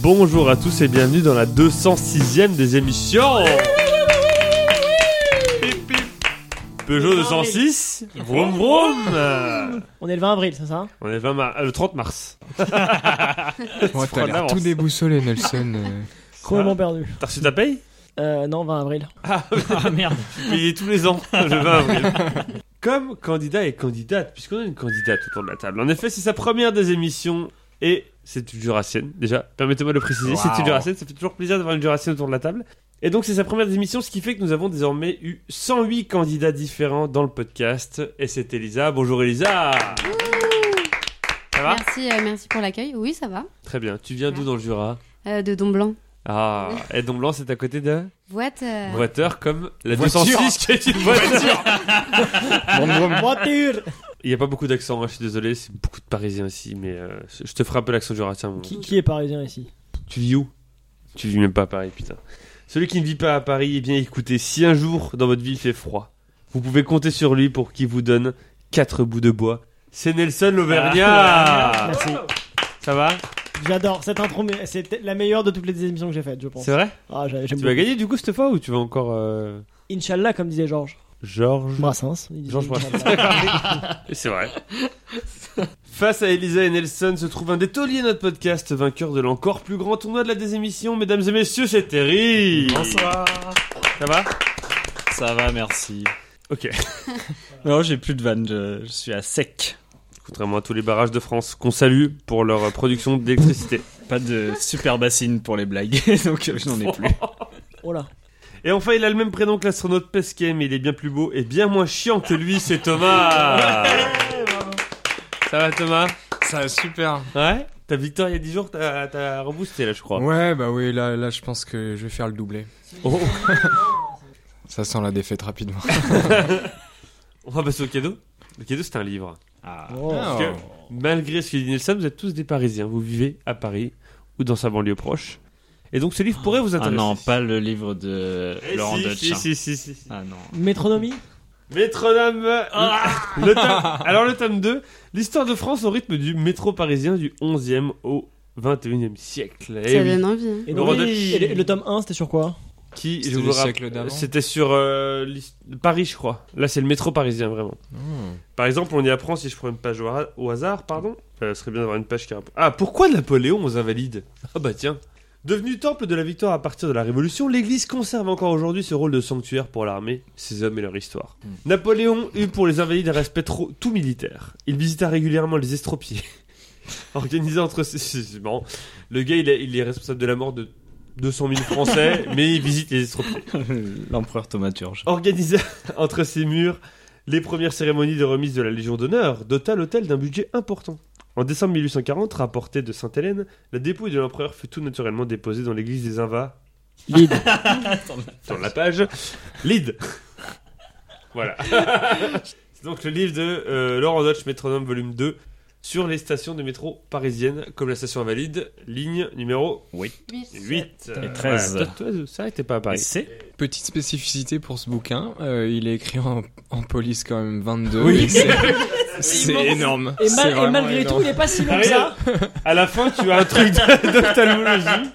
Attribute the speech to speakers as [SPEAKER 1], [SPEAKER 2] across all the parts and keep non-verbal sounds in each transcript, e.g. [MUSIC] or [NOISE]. [SPEAKER 1] Bonjour à tous et bienvenue dans la 206e des émissions. Pip, pip. Peugeot 206, vroom vroom.
[SPEAKER 2] On est le 20 avril, c'est ça
[SPEAKER 1] On est 20 mar- euh, le 30 mars.
[SPEAKER 3] Moi,
[SPEAKER 1] prends
[SPEAKER 3] t'as l'air
[SPEAKER 1] d'avance.
[SPEAKER 3] tout déboussolé, Nelson. euh.
[SPEAKER 2] Complètement perdu.
[SPEAKER 1] T'as reçu ta paye
[SPEAKER 2] Euh, non, 20 avril.
[SPEAKER 4] Ah merde.
[SPEAKER 1] Payé tous les ans, le 20 avril. [LAUGHS] Comme candidat et candidate, puisqu'on a une candidate autour de la table. En effet, c'est sa première des émissions et c'est une jurassienne. Déjà, permettez-moi de le préciser, c'est une jurassienne, ça fait toujours plaisir d'avoir une jurassienne autour de la table. Et donc, c'est sa première des émissions, ce qui fait que nous avons désormais eu 108 candidats différents dans le podcast. Et c'est Elisa. Bonjour Elisa Ça va
[SPEAKER 5] Merci, euh, merci pour l'accueil. Oui, ça va.
[SPEAKER 1] Très bien. Tu viens d'où dans le Jura
[SPEAKER 5] Euh, de Don Blanc.
[SPEAKER 1] Ah, et donc Blanc, c'est à côté de
[SPEAKER 5] Boîte. euh,
[SPEAKER 1] Voiture comme la
[SPEAKER 3] Voiture.
[SPEAKER 1] 206 qui est une [LAUGHS] voiture
[SPEAKER 2] Voiture
[SPEAKER 1] Il n'y a pas beaucoup d'accent, hein, je suis désolé, c'est beaucoup de parisiens ici, mais euh, je te ferai un peu l'accent jurassien. mon-
[SPEAKER 2] qui, qui est parisien ici
[SPEAKER 1] Tu vis où Tu vis même pas à Paris, putain. Celui qui ne vit pas à Paris, eh bien écoutez, si un jour dans votre vie il fait froid, vous pouvez compter sur lui pour qu'il vous donne quatre bouts de bois. C'est Nelson l'Auvergnat
[SPEAKER 2] Merci.
[SPEAKER 1] Ça va
[SPEAKER 2] J'adore cette intro, mais c'est peut-être la meilleure de toutes les émissions que j'ai faites, je pense.
[SPEAKER 1] C'est vrai
[SPEAKER 2] Ah, j'a- j'aime
[SPEAKER 1] Tu vas
[SPEAKER 2] beaucoup.
[SPEAKER 1] gagner du coup cette fois ou tu vas encore... euh,
[SPEAKER 2] Inch'Allah, comme disait Georges.
[SPEAKER 1] Georges
[SPEAKER 2] Brassens. il disait
[SPEAKER 1] Georges Brassens.
[SPEAKER 2] Inch'Allah.
[SPEAKER 1] C'est vrai. [LAUGHS] Face à Elisa et Nelson se trouve un des tauliers de notre podcast, vainqueur de l'encore plus grand tournoi de la désémission. Mesdames et messieurs, c'est Terry.
[SPEAKER 4] Bonsoir.
[SPEAKER 1] Ça va
[SPEAKER 4] Ça va, merci.
[SPEAKER 1] Ok.
[SPEAKER 4] [LAUGHS] Non, j'ai plus de vanne, je, je suis à sec.
[SPEAKER 1] Contrairement à tous les barrages de France qu'on salue pour leur euh, production d'électricité.
[SPEAKER 4] Pas de super bassine pour les blagues, [LAUGHS] donc euh, je n'en ai plus.
[SPEAKER 2] Oh là.
[SPEAKER 1] Et enfin, il a le même prénom que l'astronaute Pesquet, mais il est bien plus beau et bien moins chiant que lui, c'est Thomas.
[SPEAKER 4] Ah.
[SPEAKER 1] Ça va Thomas
[SPEAKER 3] [LAUGHS] Ça va super.
[SPEAKER 1] Ouais Ta victoire il y a 10 jours, t'as t'as reboosté là, je crois.
[SPEAKER 3] Ouais, bah oui, là, là, je pense que je vais faire le doublé.
[SPEAKER 1] Oh.
[SPEAKER 3] Ça sent la défaite rapidement.
[SPEAKER 1] On va passer au cadeau. Le cadeau, c'est un livre.
[SPEAKER 4] Ah.
[SPEAKER 2] Oh.
[SPEAKER 3] Ah.
[SPEAKER 1] Parce que, malgré ce que dit Nelson, vous êtes tous des Parisiens. Vous vivez à Paris ou dans sa banlieue proche. Et donc ce livre pourrait vous
[SPEAKER 4] Ah
[SPEAKER 1] intéresser.
[SPEAKER 4] non, pas le livre de
[SPEAKER 1] Eh
[SPEAKER 4] Laurent
[SPEAKER 1] si,
[SPEAKER 4] Deutsch.
[SPEAKER 1] si,
[SPEAKER 4] hein.
[SPEAKER 1] si, si, si, si.
[SPEAKER 4] Ah non.
[SPEAKER 2] Métronomie
[SPEAKER 1] Métronome euh,
[SPEAKER 3] Ah.
[SPEAKER 1] [LAUGHS] le tome- Alors le tome 2, l'histoire de France au rythme du métro parisien du 11e au 21e siècle. Eh
[SPEAKER 5] ça
[SPEAKER 1] oui.
[SPEAKER 5] donne envie. hein.
[SPEAKER 2] Et,
[SPEAKER 1] Laurent
[SPEAKER 2] donc-
[SPEAKER 1] Deutsch.
[SPEAKER 2] et le, et le tome 1, c'était sur quoi
[SPEAKER 1] Qui,
[SPEAKER 3] C'était
[SPEAKER 1] je vous
[SPEAKER 3] le
[SPEAKER 1] rappelle,
[SPEAKER 3] siècle d'avant.
[SPEAKER 1] c'était sur euh, l'his- Paris, je crois. Là, c'est le métro parisien, vraiment. Par exemple, on y apprend, si je prends une page au, ha- au hasard, pardon, euh, ce serait bien d'avoir une page qui rapp- Ah, pourquoi Napoléon aux Invalides Ah bah tiens. Devenu temple de la victoire à partir de la Révolution, l'Église conserve encore aujourd'hui ce rôle de sanctuaire pour l'armée, ses hommes et leur histoire. Napoléon eut pour les Invalides un respect trop, tout militaire. Il visita régulièrement les estropiés, [LAUGHS] organisant entre... c'est- c'est- c'est marrant. Le gars, il est, il est responsable de la mort de 200 000 Français, mais il visite les estropiés
[SPEAKER 4] [LAUGHS] L'empereur Thaumaturge.
[SPEAKER 1] organisa [LAUGHS] entre ses murs les premières cérémonies de remise de la Légion d'honneur, dota l'hôtel d'un budget important. En décembre 1840, rapporté de Sainte-Hélène, la dépouille de l'empereur fut tout naturellement déposée dans l'église des Invas.
[SPEAKER 2] Lide.
[SPEAKER 1] [LAUGHS] Sur la page, Lide. voilà. [LAUGHS] C'est donc le livre de euh, Laurent Deutsch, Métronome, volume 2, sur les stations de métro parisiennes, comme la station Invalide, ligne numéro Eh 8.
[SPEAKER 4] Et 13.
[SPEAKER 1] voilà. Toi, toi, ça, t'es pas à
[SPEAKER 4] Et
[SPEAKER 1] Paris.
[SPEAKER 4] c'est
[SPEAKER 3] Petite spécificité pour ce bouquin, euh, il est écrit en, en police quand même 22.
[SPEAKER 1] Oui.
[SPEAKER 3] et [LAUGHS] c'est- c'est énorme.
[SPEAKER 2] Et,
[SPEAKER 3] C'est
[SPEAKER 2] mal- et
[SPEAKER 3] vraiment
[SPEAKER 2] malgré tout,
[SPEAKER 3] énorme.
[SPEAKER 2] il est pas si long que ça.
[SPEAKER 1] À la fin, tu as un truc de- d'ophtalmologie.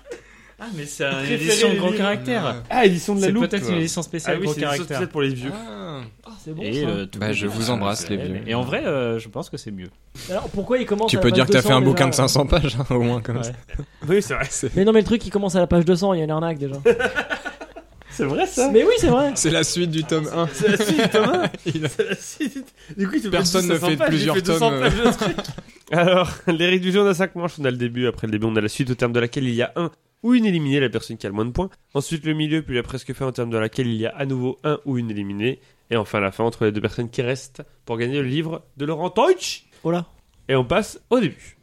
[SPEAKER 4] Ah, mais c'est une
[SPEAKER 1] Préférez
[SPEAKER 4] édition
[SPEAKER 1] les
[SPEAKER 4] grand
[SPEAKER 1] livres.
[SPEAKER 4] caractère.
[SPEAKER 1] Ah, édition de la
[SPEAKER 4] C'est
[SPEAKER 1] loupe.
[SPEAKER 4] peut-être
[SPEAKER 3] euh,
[SPEAKER 4] une édition
[SPEAKER 1] Ah
[SPEAKER 4] spéciale
[SPEAKER 1] oui,
[SPEAKER 4] gros
[SPEAKER 1] c'est une édition
[SPEAKER 4] caractère.
[SPEAKER 1] spéciale pour les vieux.
[SPEAKER 3] Ah.
[SPEAKER 2] Ah, c'est bon.
[SPEAKER 4] Et
[SPEAKER 2] ça.
[SPEAKER 4] euh, tout
[SPEAKER 3] Bah,
[SPEAKER 4] le
[SPEAKER 3] je
[SPEAKER 4] monde-
[SPEAKER 3] vous embrasse, les vieux.
[SPEAKER 4] Et en vrai, euh, je pense que c'est mieux.
[SPEAKER 2] Alors pourquoi il commence
[SPEAKER 3] Tu
[SPEAKER 2] à la
[SPEAKER 3] peux
[SPEAKER 2] page
[SPEAKER 3] dire que t'as fait
[SPEAKER 2] 200
[SPEAKER 3] un bouquin de
[SPEAKER 2] déjà
[SPEAKER 3] 500 pages, hein, au moins, comme
[SPEAKER 4] Ouais.
[SPEAKER 3] ça.
[SPEAKER 1] Oui, c'est vrai.
[SPEAKER 2] Mais non, mais le truc, il commence à la page 200, il y a une arnaque déjà.
[SPEAKER 1] C'est vrai ça
[SPEAKER 2] mais oui, c'est vrai.
[SPEAKER 3] C'est la suite du tome 1.
[SPEAKER 1] C'est la suite, [LAUGHS] Thomas C'est la suite Du coup, il te
[SPEAKER 3] Personne ne
[SPEAKER 1] 200
[SPEAKER 3] fait
[SPEAKER 1] pages, il
[SPEAKER 3] plusieurs
[SPEAKER 1] fait 200
[SPEAKER 3] tomes,
[SPEAKER 1] pages de trucs. [LAUGHS] Alors, les règles du jeu, on a 5 manches. On a le début, après le début, on a la suite, au terme de laquelle il y a un ou une éliminée, la personne qui a le moins de points. Ensuite, le milieu, puis la presque fin, au terme de laquelle il y a à nouveau un ou une éliminée. Et enfin, la fin, entre les deux personnes qui restent pour gagner le livre de Laurent Deutsch.
[SPEAKER 2] Oh là.
[SPEAKER 1] Et on passe au début.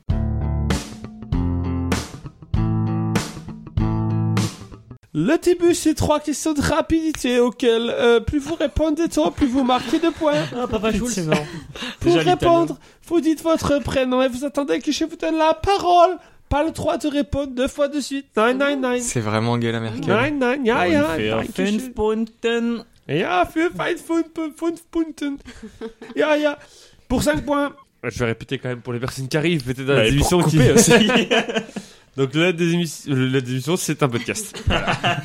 [SPEAKER 1] Le début, c'est trois questions de rapidité auxquelles euh, plus vous répondez tôt, plus vous marquez de points.
[SPEAKER 2] Ah, Papa Choul, c'est marrant.
[SPEAKER 1] Pour
[SPEAKER 4] Déjà, l'italien.
[SPEAKER 1] répondre, vous dites votre prénom et vous attendez que je vous donne la parole. Pas le droit de répondre deux fois de suite. Nein, nein, nein.
[SPEAKER 3] C'est vraiment Angela Merkel.
[SPEAKER 1] Nein, nein, ja, ja. danke
[SPEAKER 4] Fünf
[SPEAKER 1] schön.
[SPEAKER 4] Punkten.
[SPEAKER 1] Ja, für fünf, fünf, fünf Punkten. Ja, ja. Ah, Pour 5 points. Je vais répéter quand même pour les personnes qui arrivent, peut-être dans
[SPEAKER 4] Ouais,
[SPEAKER 1] la
[SPEAKER 4] Bah, pour [LAUGHS]
[SPEAKER 1] [LAUGHS] émission qui...
[SPEAKER 4] couper aussi.
[SPEAKER 1] Donc le des, émis- le Lab des émissions, c'est un podcast.
[SPEAKER 4] Voilà.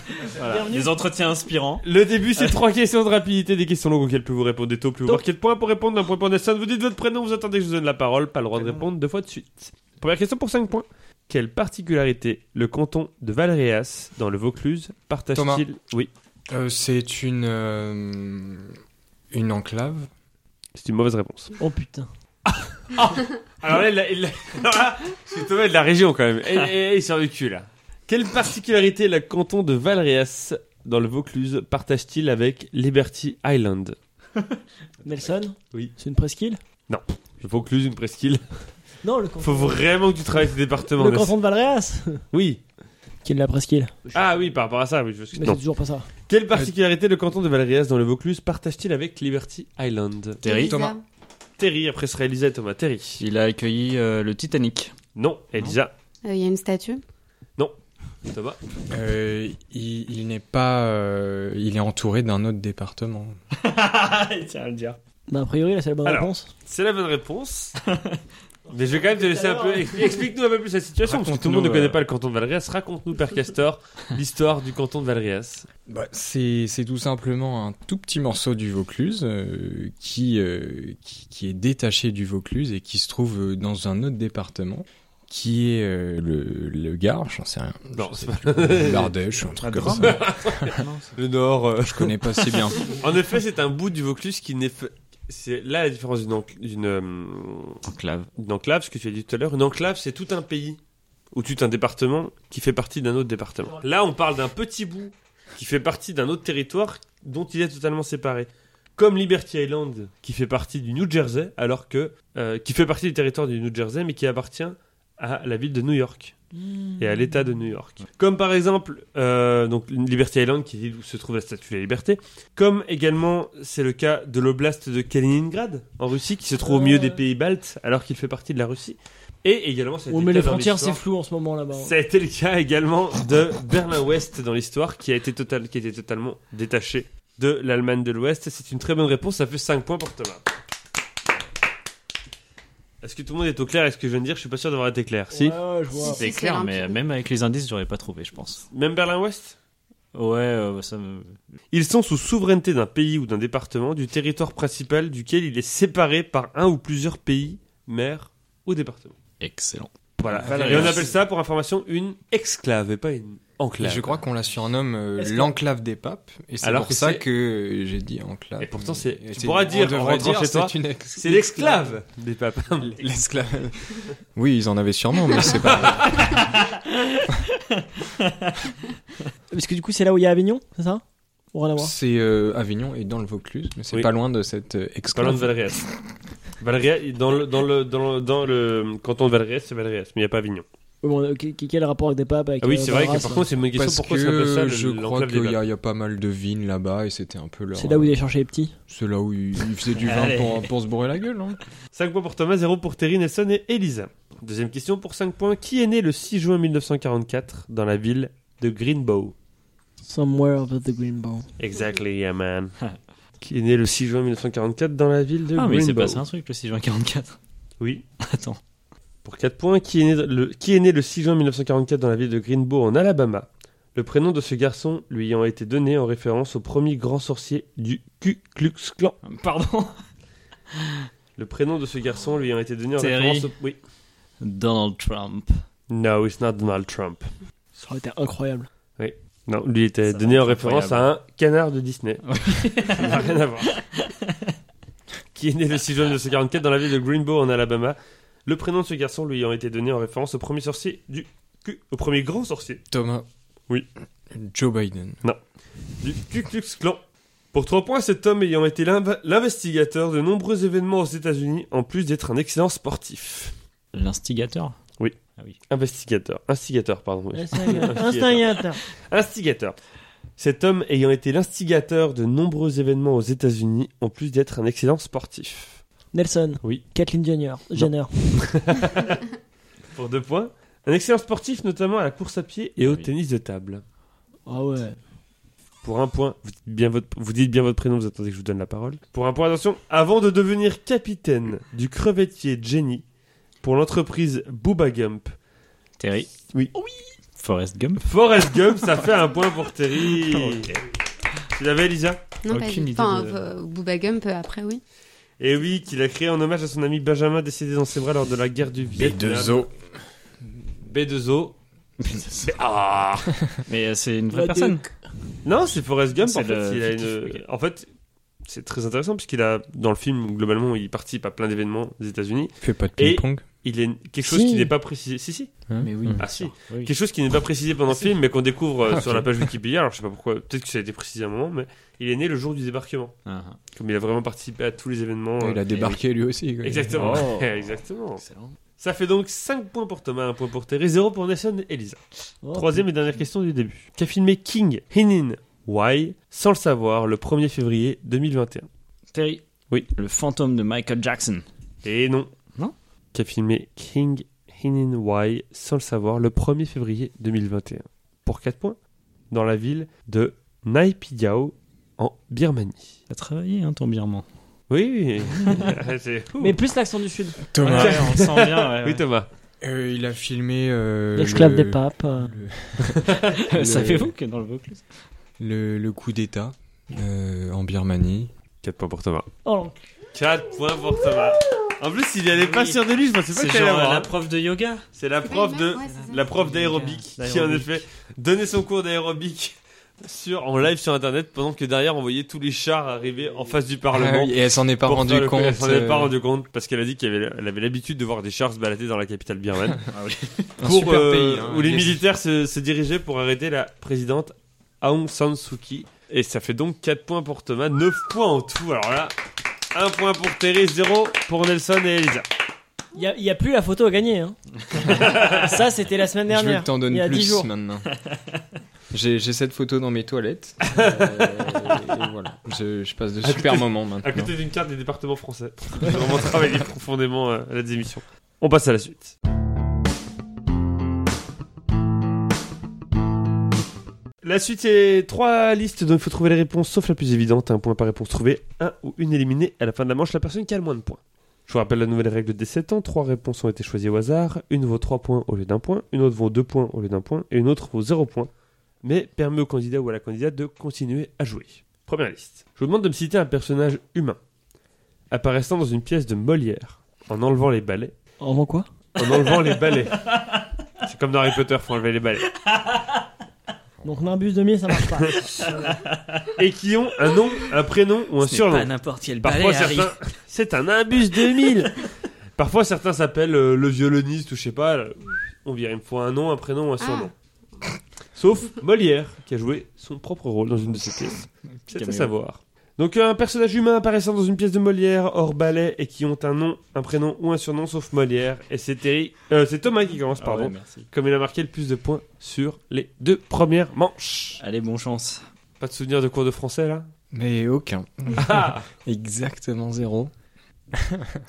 [SPEAKER 4] Des entretiens inspirants.
[SPEAKER 1] Le début, c'est trois questions de rapidité, des questions longues auxquelles plus vous répondez tôt, plus vous
[SPEAKER 2] Tôt.
[SPEAKER 1] marquez de points. Pour répondre, d'un point pour dessin, vous dites votre prénom, vous attendez que je vous donne la parole, pas le droit de répondre deux fois de suite. Première question pour 5 points. Quelle particularité le canton de Valréas, dans le Vaucluse,
[SPEAKER 3] Thomas.
[SPEAKER 1] partage-t-il Oui,
[SPEAKER 3] Euh, c'est une. euh, une enclave.
[SPEAKER 1] c'est une mauvaise réponse.
[SPEAKER 2] Oh putain.
[SPEAKER 1] Alors là, il a- [LAUGHS] il a- alors là, c'est Thomas de la région quand même. Et, et- et il sort du cul là. Quelle particularité le canton de Valréas, dans le Vaucluse, partage-t-il avec Liberty Island
[SPEAKER 2] Nelson
[SPEAKER 1] Oui.
[SPEAKER 2] C'est une presqu'île
[SPEAKER 1] Le Vaucluse, une presqu'île.
[SPEAKER 2] Non, le canton,
[SPEAKER 1] [LAUGHS] Faut vraiment que tu travailles ce département.
[SPEAKER 2] le
[SPEAKER 1] là.
[SPEAKER 2] canton de Valréas
[SPEAKER 1] Oui.
[SPEAKER 2] Qui est de la presqu'île
[SPEAKER 1] Ah oui, par rapport à ça, oui, je veux-
[SPEAKER 2] Mais
[SPEAKER 1] Non.
[SPEAKER 2] c'est toujours pas ça.
[SPEAKER 1] Quelle particularité le canton de Valréas dans le Vaucluse partage-t-il avec Liberty Island
[SPEAKER 4] Terry.
[SPEAKER 5] Elisa.
[SPEAKER 3] Thomas.
[SPEAKER 1] Terry, après sera Elisa et Thomas. Terry.
[SPEAKER 4] Il a accueilli euh, le Titanic.
[SPEAKER 1] Non, Elisa.
[SPEAKER 5] Euh, Il y a une statue.
[SPEAKER 1] Thomas.
[SPEAKER 3] Euh, il il n'est pas. euh, il est entouré d'un autre département.
[SPEAKER 4] [LAUGHS] il tient à le dire.
[SPEAKER 2] Bah, a priori, là, c'est la bonne
[SPEAKER 1] Alors.
[SPEAKER 2] réponse.
[SPEAKER 1] C'est la bonne [LAUGHS] réponse. Mais je vais quand même te laisser un peu. Explique-nous un peu plus la situation, parce que tout le monde ne
[SPEAKER 3] Raconte-nous,
[SPEAKER 1] connaît
[SPEAKER 3] euh,
[SPEAKER 1] pas le canton de Valréas. Raconte-nous, Père [LAUGHS] Castor, l'histoire du canton de Valréas.
[SPEAKER 3] Bah, c'est c'est tout simplement un tout petit morceau du Vaucluse euh, qui, euh, qui, qui est détaché du Vaucluse et qui se trouve euh, dans un autre département qui est euh, le, le Gard, j'en [LAUGHS] sais rien.
[SPEAKER 1] Non,
[SPEAKER 3] Je sais
[SPEAKER 1] c'est
[SPEAKER 3] plus comment- L'Ardèche, un
[SPEAKER 4] Ah,
[SPEAKER 3] truc comme
[SPEAKER 4] drôle.
[SPEAKER 3] ça. [LAUGHS] euh.
[SPEAKER 1] Le Nord.
[SPEAKER 3] Je connais pas si bien.
[SPEAKER 1] En effet, c'est un bout du Vaucluse qui n'est. fait- C'est là la différence d'une enc- d'une euh,
[SPEAKER 4] Enclave.
[SPEAKER 1] Une enclave, ce que tu as dit tout à l'heure, une enclave, c'est tout un pays ou tout un département qui fait partie d'un autre département. Là, on parle d'un petit bout qui fait partie d'un autre territoire dont il est totalement séparé. Comme Liberty Island, qui fait partie du New Jersey, alors que. euh, qui fait partie du territoire du New Jersey, mais qui appartient à la ville de New York
[SPEAKER 2] Hmm.
[SPEAKER 1] et à l'État de New York. Comme par exemple, euh, donc Liberty Island, qui est l'île où se trouve la Statue de la Liberté. Comme également, c'est le cas de l'oblast de Kaliningrad, en Russie, qui se trouve au
[SPEAKER 2] Euh.
[SPEAKER 1] milieu des pays baltes, alors qu'il fait partie de la Russie. Et également, ça a
[SPEAKER 2] Oui,
[SPEAKER 1] été
[SPEAKER 2] mais
[SPEAKER 1] le
[SPEAKER 2] les
[SPEAKER 1] cas dans
[SPEAKER 2] frontières, c'est
[SPEAKER 1] l'histoire.
[SPEAKER 2] flou en ce moment là-bas.
[SPEAKER 1] Ça a été le cas également de Berlin-Ouest dans l'histoire, qui a été total, qui était totalement détaché de l'Allemagne de l'Ouest. C'est une très bonne réponse, ça fait 5 points pour Thomas. Est-ce que tout le monde est au clair avec ce que je viens de dire Je suis pas sûr d'avoir été clair. Si
[SPEAKER 2] Ouais, ouais, je vois.
[SPEAKER 5] Si,
[SPEAKER 4] C'est
[SPEAKER 5] si,
[SPEAKER 4] clair,
[SPEAKER 5] c'est
[SPEAKER 4] mais
[SPEAKER 5] limpide.
[SPEAKER 4] même avec les indices, j'aurais pas trouvé, je pense.
[SPEAKER 1] Même Berlin-Ouest
[SPEAKER 4] Ouais, euh, ça me.
[SPEAKER 1] Ils sont sous souveraineté d'un pays ou d'un département, du territoire principal duquel il est séparé par un ou plusieurs pays, maires ou départements.
[SPEAKER 4] Excellent.
[SPEAKER 1] Voilà.
[SPEAKER 3] Valérias.
[SPEAKER 1] Et on appelle ça, pour information, une exclave et pas une enclave.
[SPEAKER 3] Et je crois qu'on la surnomme euh,
[SPEAKER 2] Est-ce que-
[SPEAKER 3] l'enclave des papes. Et c'est
[SPEAKER 1] Alors
[SPEAKER 3] pour
[SPEAKER 1] que
[SPEAKER 3] ça
[SPEAKER 1] c'est-
[SPEAKER 3] que j'ai dit enclave.
[SPEAKER 1] Et pourtant, c'est-
[SPEAKER 3] Et
[SPEAKER 1] tu pourras
[SPEAKER 3] on
[SPEAKER 1] dire, en
[SPEAKER 3] devrait
[SPEAKER 1] rentrant
[SPEAKER 3] dire,
[SPEAKER 1] chez toi,
[SPEAKER 3] c'est une ex-
[SPEAKER 1] C'est l'esclave des papes. [LAUGHS]
[SPEAKER 3] L'esclave. Oui, ils en avaient sûrement, mais c'est
[SPEAKER 2] Ah
[SPEAKER 3] pas.
[SPEAKER 2] Parce que du coup, c'est là où il y a Avignon, c'est ça Pour rien à voir.
[SPEAKER 3] C'est euh, Avignon et dans le Vaucluse, mais c'est
[SPEAKER 1] Oui.
[SPEAKER 3] pas loin de cette
[SPEAKER 1] Pas
[SPEAKER 3] euh,
[SPEAKER 1] loin de
[SPEAKER 3] exclave.
[SPEAKER 1] Valréas. Valréas, dans le, dans le, dans le, dans le canton de Valréas, c'est Valréas, mais il n'y a pas Avignon.
[SPEAKER 2] Oui, bon, euh, qui- qui- quel rapport avec des papes avec,
[SPEAKER 1] Ah oui,
[SPEAKER 2] euh,
[SPEAKER 1] c'est vrai
[SPEAKER 2] la
[SPEAKER 1] que
[SPEAKER 2] race,
[SPEAKER 1] par
[SPEAKER 2] là
[SPEAKER 1] contre, c'est une bonne question.
[SPEAKER 3] Parce
[SPEAKER 1] Pourquoi ça
[SPEAKER 3] que
[SPEAKER 1] s'appelle ça
[SPEAKER 3] je
[SPEAKER 1] le-
[SPEAKER 3] crois
[SPEAKER 1] l'enclave des
[SPEAKER 3] qu'il y,
[SPEAKER 1] papes
[SPEAKER 3] a- il y a pas mal de vignes là-bas et c'était un peu leur.
[SPEAKER 2] euh, C'est là où il est cherché les petits.
[SPEAKER 3] c'est là où ils ils faisaient du vin
[SPEAKER 4] Allez.
[SPEAKER 3] pour, pour se bourrer la gueule. hein.
[SPEAKER 1] 5 points pour Thomas, 0 pour Terry, Nelson et Elisa. Deuxième question pour 5 points. Qui est né le 6 juin 1944 dans la ville de Greenbow
[SPEAKER 2] Somewhere over the Green Bowl.
[SPEAKER 1] Exactly, yeah
[SPEAKER 3] [LAUGHS]
[SPEAKER 1] man. Qui est né le 6 juin 1944 dans la ville de
[SPEAKER 4] Ah, mais il s'est
[SPEAKER 1] Greenbow
[SPEAKER 4] passé un truc le 6 juin 44.
[SPEAKER 1] Oui.
[SPEAKER 4] [LAUGHS] Attends.
[SPEAKER 1] Pour 4 points, qui est, né le, qui est né le 6 juin 1944 dans la ville de Greenbow en Alabama Le prénom de ce garçon lui ayant été donné en référence au premier grand sorcier du Ku Klux Klan.
[SPEAKER 4] Pardon.
[SPEAKER 1] Le prénom de ce garçon lui ayant été donné en
[SPEAKER 4] Terry.
[SPEAKER 1] référence au... Oui.
[SPEAKER 4] Donald Trump.
[SPEAKER 1] No, it's not Donald Trump.
[SPEAKER 2] Ça aurait été incroyable.
[SPEAKER 1] Non, lui était
[SPEAKER 4] Ça
[SPEAKER 1] donné
[SPEAKER 4] va
[SPEAKER 1] en
[SPEAKER 4] être
[SPEAKER 1] référence à un canard de Disney.
[SPEAKER 4] [LAUGHS]
[SPEAKER 1] Ça n'a rien à voir. Qui est né le 6 juin 1944 dans la ville de Greenbow en Alabama. Le prénom de ce garçon lui ayant été donné en référence au premier sorcier du Ku- au premier grand sorcier
[SPEAKER 3] Thomas.
[SPEAKER 1] Oui.
[SPEAKER 3] Joe Biden.
[SPEAKER 1] du Ku Klux Klan. Pour 3 points, cet homme ayant été l'inv- l'investigateur de nombreux événements aux États-Unis, en plus d'être un excellent sportif.
[SPEAKER 4] L'instigateur
[SPEAKER 1] Investigateur. Instigateur, pardon. oui. [LAUGHS]
[SPEAKER 2] Instigateur.
[SPEAKER 1] Instigateur. Cet homme ayant été l'instigateur de nombreux événements aux États-Unis, en plus d'être un excellent sportif.
[SPEAKER 2] Nelson.
[SPEAKER 1] Oui.
[SPEAKER 2] Kathleen Jenner. Jenner.
[SPEAKER 1] Pour deux points. Un excellent sportif, notamment à la course à pied et au
[SPEAKER 4] Oui.
[SPEAKER 1] tennis de table.
[SPEAKER 2] Ah ouais.
[SPEAKER 1] Pour un point, vous dites, bien votre, vous dites bien votre prénom, vous attendez que je vous donne la parole. Pour un point, attention, avant de devenir capitaine du crevettier Jenny pour l'entreprise Booba Gump,
[SPEAKER 4] Terry
[SPEAKER 2] Oui.
[SPEAKER 4] Forrest [LAUGHS] Gump
[SPEAKER 1] Forrest Gump, ça fait un point
[SPEAKER 4] [LAUGHS]
[SPEAKER 1] pour Terry. Tu l'avais, Elisa
[SPEAKER 5] Non, pas
[SPEAKER 4] Aucune
[SPEAKER 5] du-
[SPEAKER 4] idée
[SPEAKER 5] Enfin,
[SPEAKER 4] de-
[SPEAKER 5] euh, Booba Gump euh, après, oui.
[SPEAKER 1] Et Eh oui, qu'il a créé en hommage à son ami Benjamin décédé dans ses bras lors de la guerre du Vietnam.
[SPEAKER 3] B2O.
[SPEAKER 1] B2O.
[SPEAKER 4] Mais euh, c'est une vraie
[SPEAKER 2] La
[SPEAKER 4] personne.
[SPEAKER 1] ah. Non, c'est Forrest Gump en
[SPEAKER 4] C'est
[SPEAKER 1] fait.
[SPEAKER 4] le
[SPEAKER 1] Il a
[SPEAKER 4] fictif,
[SPEAKER 1] une... En fait, c'est très intéressant puisqu'il a, dans le film, globalement, il participe à plein d'événements des États-Unis.
[SPEAKER 3] Fais pas de
[SPEAKER 1] Et-
[SPEAKER 3] ping-pong.
[SPEAKER 1] Il est quelque chose
[SPEAKER 2] Si.
[SPEAKER 1] qui n'est pas précisé. Si, si.
[SPEAKER 3] hein
[SPEAKER 4] Mais oui.
[SPEAKER 3] Mmh.
[SPEAKER 1] Ah, si.
[SPEAKER 4] Oui.
[SPEAKER 1] Quelque chose qui n'est pas précisé pendant le film, mais qu'on découvre euh,
[SPEAKER 3] Ah,
[SPEAKER 1] sur
[SPEAKER 3] ok.
[SPEAKER 1] la
[SPEAKER 3] [LAUGHS]
[SPEAKER 1] page Wikipédia. Alors, je sais pas pourquoi. Peut-être que ça a été précisé à un moment, mais il est né le jour du débarquement.
[SPEAKER 4] Ah, ah.
[SPEAKER 1] Comme il a vraiment participé à tous les événements.
[SPEAKER 3] Oh, Il
[SPEAKER 1] euh,
[SPEAKER 3] a débarqué lui aussi. quoi.
[SPEAKER 1] Exactement.
[SPEAKER 4] Oh.
[SPEAKER 1] [LAUGHS] Exactement.
[SPEAKER 4] Excellent.
[SPEAKER 1] Ça fait donc 5 points pour Thomas, 1 point pour Thérèse, 0 pour Nelson et Elisa.
[SPEAKER 2] Oh,
[SPEAKER 1] Troisième et dernière question du début. Qu'a filmé King Hinin Why sans le savoir le 1er février 2021
[SPEAKER 4] Terry
[SPEAKER 1] Oui.
[SPEAKER 4] Le fantôme de Michael Jackson.
[SPEAKER 1] Et non.
[SPEAKER 4] Non
[SPEAKER 1] Qu'a filmé King Hinin Why sans le savoir le 1er février 2021 Pour 4 points. Dans la ville de Naypyidaw en Birmanie.
[SPEAKER 4] T'as travaillé, hein, ton birman.
[SPEAKER 1] Oui, [LAUGHS] c'est fou.
[SPEAKER 2] Mais plus l'accent du sud.
[SPEAKER 3] Thomas.
[SPEAKER 4] Ouais, on sent bien. [LAUGHS] ouais,
[SPEAKER 1] Oui, Thomas.
[SPEAKER 3] Euh, il a filmé. euh,
[SPEAKER 2] Le club
[SPEAKER 3] le-
[SPEAKER 2] des papes. euh,
[SPEAKER 3] le-
[SPEAKER 4] ouais. Savez-vous
[SPEAKER 3] Le-
[SPEAKER 4] que dans le Vaucluse
[SPEAKER 3] Le, le coup d'État euh, en Birmanie.
[SPEAKER 1] 4 points pour Thomas.
[SPEAKER 2] Oh,
[SPEAKER 1] 4 points pour Thomas. En plus, il allait pas
[SPEAKER 4] Oui.
[SPEAKER 1] sûr de lui, je pensais pas hein.
[SPEAKER 4] C'est
[SPEAKER 1] qu'il allait
[SPEAKER 4] genre
[SPEAKER 1] avoir.
[SPEAKER 4] la prof de yoga
[SPEAKER 1] C'est la
[SPEAKER 5] C'est pas
[SPEAKER 1] prof
[SPEAKER 5] une
[SPEAKER 1] de
[SPEAKER 5] meuf, ouais, c'est ça.
[SPEAKER 1] la prof d'aérobic qui en
[SPEAKER 4] D'aérobic.
[SPEAKER 1] effet donnait son cours d'aérobic sur en live sur internet pendant que derrière on voyait tous les chars arriver en face du
[SPEAKER 3] Ah
[SPEAKER 1] parlement.
[SPEAKER 3] oui, et elle s'en est pas
[SPEAKER 1] pour
[SPEAKER 3] rendue
[SPEAKER 1] faire le coup.
[SPEAKER 3] compte.
[SPEAKER 1] Elle s'en est pas
[SPEAKER 3] euh,
[SPEAKER 1] rendu compte parce qu'elle a dit qu'elle avait, elle avait l'habitude de voir des chars se balader dans la capitale birmane
[SPEAKER 3] [LAUGHS] un
[SPEAKER 1] pour,
[SPEAKER 3] super
[SPEAKER 1] euh,
[SPEAKER 3] pays, hein.
[SPEAKER 1] où les
[SPEAKER 3] Yes.
[SPEAKER 1] militaires se, se dirigeaient pour arrêter la présidente Aung San Suu Kyi. Et ça fait donc 4 points pour Thomas, 9 points en tout. Alors là, 1 point pour Thérèse, 0 pour Nelson et Elisa.
[SPEAKER 2] Il n'y a, il y a plus la photo à
[SPEAKER 1] [LAUGHS]
[SPEAKER 2] gagner. hein. ça, c'était la semaine
[SPEAKER 3] Je veux
[SPEAKER 2] dernière.
[SPEAKER 3] que t'en
[SPEAKER 2] il y
[SPEAKER 3] donnes
[SPEAKER 2] a 10
[SPEAKER 3] plus
[SPEAKER 2] jours.
[SPEAKER 3] maintenant. [LAUGHS] J'ai j'ai cette photo dans mes toilettes. Euh, et voilà. je, je passe de
[SPEAKER 1] À
[SPEAKER 3] super
[SPEAKER 1] côté-
[SPEAKER 3] moments
[SPEAKER 1] À
[SPEAKER 3] maintenant.
[SPEAKER 1] côté d'une carte des départements français. J'ai vraiment travaillé profondément euh, à la démission. On passe à la suite. La suite, c'est trois listes dont il faut trouver les réponses, sauf la plus évidente. Un point par réponse trouvée, un ou une éliminée. À la fin de la manche, la personne qui a le moins de points. Je vous rappelle la nouvelle règle des 7 ans. Trois réponses ont été choisies au hasard. Une vaut 3 points au lieu d'un point, une autre vaut 2 points au lieu d'un point, et une autre vaut 0 points. Mais permet au candidat ou à la candidate de continuer à jouer. Première liste. Je vous demande de me citer un personnage humain apparaissant dans une pièce de Molière en enlevant les balais.
[SPEAKER 2] En vend quoi
[SPEAKER 1] En enlevant
[SPEAKER 4] [LAUGHS]
[SPEAKER 1] les balais. C'est comme dans Harry Potter, faut enlever les balais.
[SPEAKER 2] Donc Nimbus 2000, ça marche
[SPEAKER 1] [LAUGHS]
[SPEAKER 2] pas.
[SPEAKER 1] Et qui ont un nom, un prénom ou un
[SPEAKER 4] Ce n'est
[SPEAKER 1] surnom.
[SPEAKER 4] Pas n'importe quel
[SPEAKER 1] Parfois
[SPEAKER 4] ballet, Harry.
[SPEAKER 1] certains. [LAUGHS] C'est un imbus 2000 Parfois certains s'appellent euh, le violoniste ou je sais pas. là, On vient, il me faut un nom, un prénom ou un surnom.
[SPEAKER 4] Ah.
[SPEAKER 1] Sauf Molière qui a joué son propre rôle dans une de ses pièces. C'est à
[SPEAKER 4] Caméo.
[SPEAKER 1] savoir. Donc euh, un personnage humain apparaissant dans une pièce de Molière hors ballet et qui ont un nom, un prénom ou un surnom sauf Molière. Et c'est Terry- euh, c'est Thomas qui commence,
[SPEAKER 4] Ah
[SPEAKER 1] pardon.
[SPEAKER 4] ouais, merci.
[SPEAKER 1] Comme il a marqué le plus de points sur les deux premières manches.
[SPEAKER 4] Allez, bonne chance.
[SPEAKER 1] Pas de souvenir de cours de français là
[SPEAKER 3] Mais aucun.
[SPEAKER 1] Ah
[SPEAKER 3] [LAUGHS] Exactement zéro.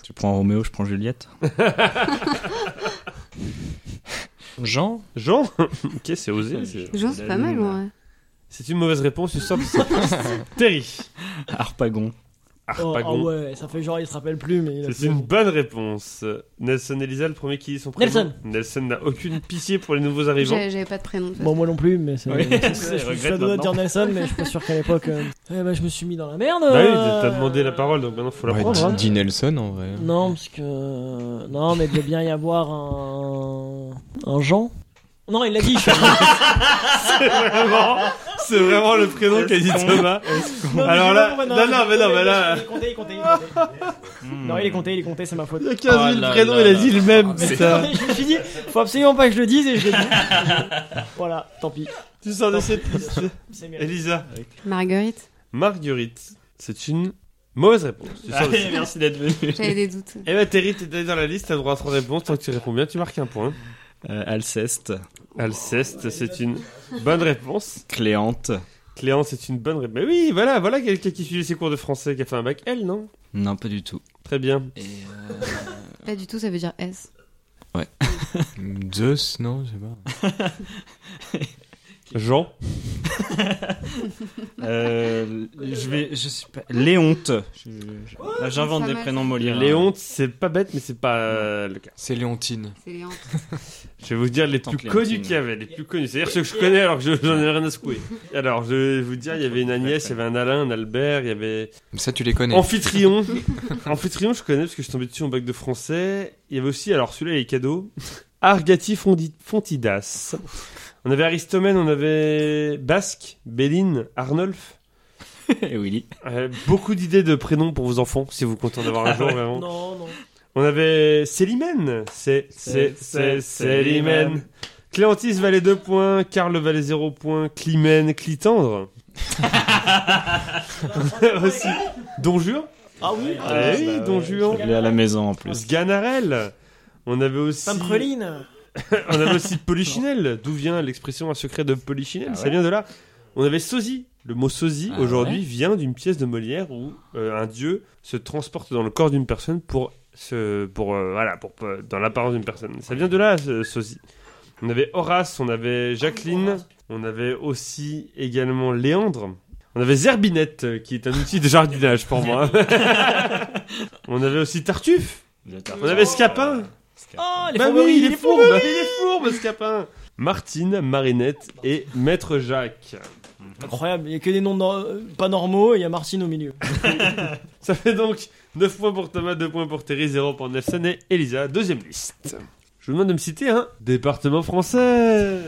[SPEAKER 4] Tu prends Roméo, je prends [LAUGHS] Juliette.
[SPEAKER 3] Jean
[SPEAKER 1] Jean [LAUGHS] Ok, c'est osé. c'est-
[SPEAKER 5] Jean, c'est pas mal, ouais.
[SPEAKER 1] C'est une mauvaise réponse, tu sors de cette liste. Terry.
[SPEAKER 4] Harpagon.
[SPEAKER 2] Oh,
[SPEAKER 1] Harpagon.
[SPEAKER 2] ah ouais, ça fait genre il se rappelle plus, mais il a
[SPEAKER 1] C'est une bonne réponse. Nelson et Lisa, le premier qui est son prénom.
[SPEAKER 2] Nelson.
[SPEAKER 1] Nelson n'a aucune pitié pour les nouveaux arrivants.
[SPEAKER 5] J'avais j'avais pas de prénom. de toute
[SPEAKER 2] Bon, moi non plus, mais c'est.
[SPEAKER 4] Oui.
[SPEAKER 2] c'est-
[SPEAKER 4] Ouais,
[SPEAKER 2] c'est- je
[SPEAKER 4] regrette
[SPEAKER 2] suis doigt de
[SPEAKER 4] maintenant.
[SPEAKER 2] dire Nelson, mais je suis pas sûr qu'à
[SPEAKER 1] [LAUGHS]
[SPEAKER 2] l'époque. euh, eh ben, je me suis mis dans la merde.
[SPEAKER 1] Bah oui,
[SPEAKER 2] euh,
[SPEAKER 1] t'as demandé la parole, donc maintenant faut la
[SPEAKER 3] Ouais,
[SPEAKER 1] prendre.
[SPEAKER 3] Di-
[SPEAKER 1] hein.
[SPEAKER 3] Di Nelson en vrai.
[SPEAKER 2] Non, parce que. euh, Non, mais il doit bien y avoir un. Un Jean. Non, il l'a dit, je
[SPEAKER 1] [LAUGHS]
[SPEAKER 2] suis.
[SPEAKER 1] Vraiment, hein. C'est vraiment le prénom qu'a dit Thomas.
[SPEAKER 2] Non, mais
[SPEAKER 1] Alors
[SPEAKER 2] je-
[SPEAKER 1] là-
[SPEAKER 2] mais
[SPEAKER 1] non, non, mais non, mais là- Hmm.
[SPEAKER 2] Il est compté, il est compté, il est compté. Non, il est compté, il est compté, c'est ma faute.
[SPEAKER 1] 15 000
[SPEAKER 4] là
[SPEAKER 1] prénoms,
[SPEAKER 4] là
[SPEAKER 1] il a
[SPEAKER 4] là.
[SPEAKER 1] dit le même.
[SPEAKER 2] Mais
[SPEAKER 1] putain.
[SPEAKER 2] attendez, je me suis dit, faut absolument pas que je le dise et je l'ai dit.
[SPEAKER 1] [LAUGHS]
[SPEAKER 2] voilà, tant pis.
[SPEAKER 1] Tu sors de cette liste.
[SPEAKER 2] C'est mérité.
[SPEAKER 1] Elisa.
[SPEAKER 5] façon.
[SPEAKER 1] [LAUGHS]
[SPEAKER 5] Marguerite.
[SPEAKER 1] Marguerite. C'est une mauvaise réponse. Tu sors de cette liste.
[SPEAKER 4] merci d'être venu.
[SPEAKER 5] J'avais des doutes.
[SPEAKER 1] Eh ben Terry, t'es allé dans la liste, t'as le droit à trois réponses. Tant que tu réponds bien, tu marques un point.
[SPEAKER 4] euh, Alceste.
[SPEAKER 1] Alceste, c'est une bonne réponse.
[SPEAKER 4] Cléante.
[SPEAKER 1] Cléance, c'est une bonne réponse. Mais oui, voilà, voilà quelqu'un qui suit ses cours de français, qui a fait un bac L, non
[SPEAKER 4] Non, pas du tout.
[SPEAKER 1] Très bien.
[SPEAKER 4] Et
[SPEAKER 5] Pas du tout, ça veut dire S.
[SPEAKER 3] Zeus, non, je sais pas.
[SPEAKER 1] Jean
[SPEAKER 4] Euh, je vais, je sais pas. Léonte. Je- je- là, J'invente
[SPEAKER 5] Ça
[SPEAKER 4] des
[SPEAKER 5] m'a-
[SPEAKER 4] prénoms Molière.
[SPEAKER 1] Léonte, c'est pas bête, mais c'est pas euh, le cas.
[SPEAKER 3] C'est Léontine.
[SPEAKER 5] C'est les hantes.
[SPEAKER 1] Je vais vous dire les
[SPEAKER 4] Tant
[SPEAKER 1] plus
[SPEAKER 4] que les
[SPEAKER 1] connus
[SPEAKER 4] Martines.
[SPEAKER 1] qu'il y avait, les plus connus. C'est-à-dire ceux que je connais alors que je- j'en ai rien à secouer. Alors, je vais vous dire, il y avait une Agnès, il y avait un Alain, un Albert, il y avait.
[SPEAKER 3] Ça, tu les connais.
[SPEAKER 4] [LAUGHS]
[SPEAKER 1] Amphitryon. Amphitryon, je connais parce que je suis tombé dessus en bac de français. Il y avait aussi, alors celui-là, les cadeaux. Argati Fondi- Fontidas. On avait Aristomène, on avait Basque, Béline, Arnolphe.
[SPEAKER 4] [LAUGHS] Et Willy.
[SPEAKER 1] Euh, beaucoup d'idées de prénoms pour vos enfants, si vous comptez en avoir un jour, vraiment.
[SPEAKER 2] Non, non.
[SPEAKER 1] On avait Célimène. C'est, c'est, c'est,
[SPEAKER 4] C'est-
[SPEAKER 1] Célimène. Cléantis valait 2 points, Karl valait 0 points, Climène, Clitandre. [LAUGHS] On a aussi Don Juan.
[SPEAKER 2] Ah oui
[SPEAKER 1] Eh oui, Don Juan.
[SPEAKER 4] Il est à la maison en plus.
[SPEAKER 1] Sganarelle. On avait aussi.
[SPEAKER 2] Sam Preline
[SPEAKER 1] On avait aussi Polichinelle. D'où vient l'expression un secret de Polichinelle
[SPEAKER 4] Ah
[SPEAKER 1] Ça
[SPEAKER 4] ouais
[SPEAKER 1] vient de là. On avait sosie. Le mot sosie
[SPEAKER 4] Ah
[SPEAKER 1] aujourd'hui vient d'une pièce de Molière où euh, un dieu se transporte dans le corps d'une personne pour se pour euh, voilà pour euh, dans l'apparence d'une personne. Ça vient de là ce- sosie. On avait Horace, on avait Jacqueline, on avait aussi également Léandre. On avait Zerbinette euh, qui est un outil de jardinage pour
[SPEAKER 4] [LAUGHS]
[SPEAKER 1] moi. on avait aussi Tartuffe. On avait Scapin.
[SPEAKER 2] Oh, les
[SPEAKER 1] Bah
[SPEAKER 2] favoris,
[SPEAKER 1] oui, il
[SPEAKER 2] les
[SPEAKER 1] est fourbe,
[SPEAKER 2] favoris.
[SPEAKER 1] il est fourbe, ce capin. Martine, Marinette et Maître Jacques.
[SPEAKER 2] Incroyable, il n'y a que des noms no- euh, pas normaux, et il y a Martine au milieu.
[SPEAKER 1] Ça fait donc 9 points pour Thomas, 2 points pour Thierry, 0 pour Nelson et Elisa, deuxième liste. Je vous demande de me citer un département français.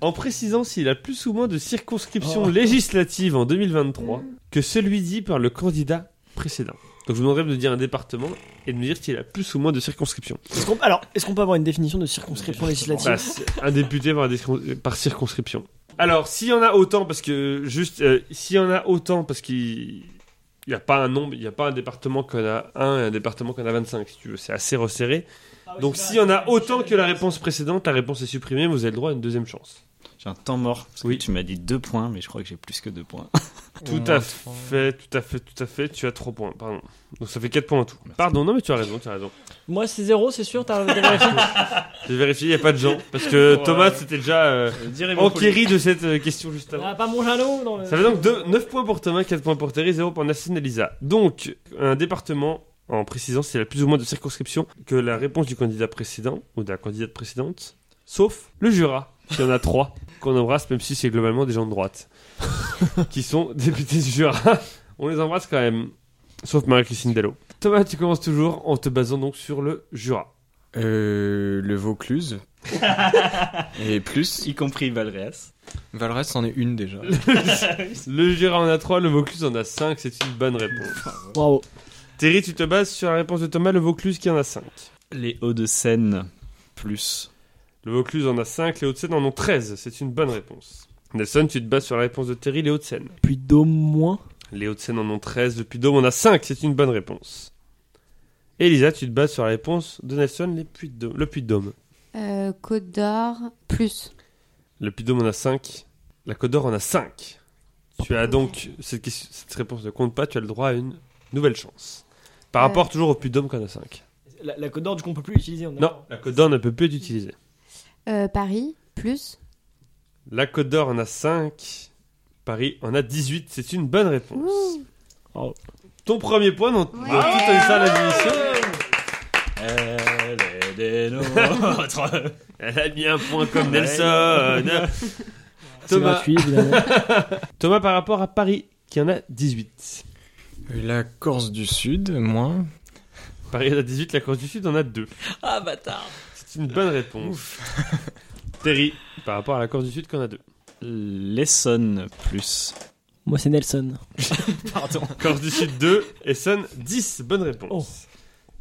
[SPEAKER 1] En précisant s'il a plus ou moins de circonscriptions
[SPEAKER 2] Oh.
[SPEAKER 1] législatives en 2023 que celui dit par le candidat précédent. Donc je vous demanderai de me dire un département et de me dire s'il a plus ou moins de circonscriptions.
[SPEAKER 2] Est-ce qu'on- Alors, est-ce qu'on peut avoir une définition de circonscription législative
[SPEAKER 1] Bah, c'est un député par, discon- par circonscription. Alors, s'il y en a autant, parce que juste, euh, s'il y en a autant, parce qu'il n'y a pas un nombre, il n'y a pas un département qu'on a un et un département qu'on a 25, si tu veux, c'est assez resserré. Donc, s'il y en a autant que la réponse précédente, la réponse est supprimée, vous avez le droit à une deuxième chance.
[SPEAKER 4] J'ai un temps mort. Parce que
[SPEAKER 1] Oui.
[SPEAKER 4] tu m'as dit deux points, mais je crois que j'ai plus que deux points.
[SPEAKER 1] Tout
[SPEAKER 4] Mmh.
[SPEAKER 1] à fait, tout à fait, tout à fait, tu as 3 points, pardon. Donc, ça fait 4 points en tout.
[SPEAKER 4] Merci.
[SPEAKER 1] Pardon, non, mais tu as raison, tu as raison.
[SPEAKER 2] Moi, c'est zéro, c'est sûr, t'as
[SPEAKER 1] [LAUGHS]
[SPEAKER 2] t'as vérifié.
[SPEAKER 1] J'ai vérifié, il n'y a pas de gens, parce que
[SPEAKER 4] Ouais.
[SPEAKER 1] Thomas c'était déjà euh, enquéri de cette euh, question juste avant.
[SPEAKER 2] Ah, Pas mon jalon non,
[SPEAKER 1] Ça fait donc 9 points pour Thomas, 4 points pour Terry, 0 pour Nassim et Lisa. Donc, un département, en précisant s'il a plus ou moins de circonscriptions que la réponse du candidat précédent ou de la candidate précédente, sauf le Jura, qui en a 3, [LAUGHS] qu'on embrasse, même si c'est globalement des gens de droite, [LAUGHS] qui sont députés du Jura. On les embrasse quand même, sauf Marie-Christine Dallo. Thomas, tu commences toujours en te basant donc sur le Jura.
[SPEAKER 3] Euh, le
[SPEAKER 1] [LAUGHS]
[SPEAKER 3] Vaucluse. Et plus.
[SPEAKER 4] Y compris Valréas.
[SPEAKER 3] Valras en est une déjà.
[SPEAKER 1] Le Jura en a 3, le Vaucluse en a 5, c'est une bonne réponse.
[SPEAKER 2] Bravo.
[SPEAKER 1] Terry, tu te bases sur la réponse de Thomas, le Vaucluse qui en a 5.
[SPEAKER 4] Les Hauts-de-Seine. Plus.
[SPEAKER 1] Le Vaucluse en a 5, les Hauts-de-Seine en ont 13. C'est une bonne réponse. Nelson, tu te bases sur la réponse de Terry, les Hauts-de-Seine.
[SPEAKER 2] Puis Dôme moins.
[SPEAKER 1] Les Hauts-de-Seine en ont 13, depuis Dôme on a 5, c'est une bonne réponse. Elisa, tu te bases sur la réponse de Nelson, les Puy de Dôme- le Puy-de-Dôme.
[SPEAKER 5] Euh, Côte d'Or, plus.
[SPEAKER 1] Le Puy-de-Dôme en a 5, la Côte d'Or en a 5. Tu as donc, cette, question- cette réponse ne compte pas, tu as le droit à une nouvelle chance. Par
[SPEAKER 5] Euh.
[SPEAKER 1] rapport toujours au Puy-de-Dôme qu'on a 5.
[SPEAKER 2] La, la Côte d'Or, du coup, on peut plus l'utiliser. on est
[SPEAKER 1] Non, la Côte d'Or ne peut plus être utilisée.
[SPEAKER 5] Euh, Paris, plus.
[SPEAKER 1] La Côte d'Or en a 5, Paris en a 18, c'est une bonne réponse. Oh.
[SPEAKER 5] Ouh.
[SPEAKER 1] Ton premier point dans, dans
[SPEAKER 5] Ouais.
[SPEAKER 1] toute une salle
[SPEAKER 2] Ah,
[SPEAKER 1] à l'émission.
[SPEAKER 4] Elle est des
[SPEAKER 6] [LAUGHS]
[SPEAKER 4] nôtres.
[SPEAKER 1] Elle a mis un point comme
[SPEAKER 4] Ouais.
[SPEAKER 1] [LAUGHS] Nelson.
[SPEAKER 2] C'est
[SPEAKER 1] Thomas.
[SPEAKER 2] gratuit, évidemment.
[SPEAKER 1] Thomas par rapport à Paris, qui en a 18.
[SPEAKER 3] [LAUGHS] La Corse du Sud, moins.
[SPEAKER 1] Paris en a 18, la Corse du Sud en a 2.
[SPEAKER 2] [LAUGHS] ah, bâtard.
[SPEAKER 1] C'est une bonne réponse. [LAUGHS] Terry, par rapport à la Corse du Sud, qu'on a 2.
[SPEAKER 4] L'Essonne. Plus.
[SPEAKER 2] Moi, c'est Nelson.
[SPEAKER 4] Pardon.
[SPEAKER 1] Corse du Sud 2, Essonne 10, bonne réponse.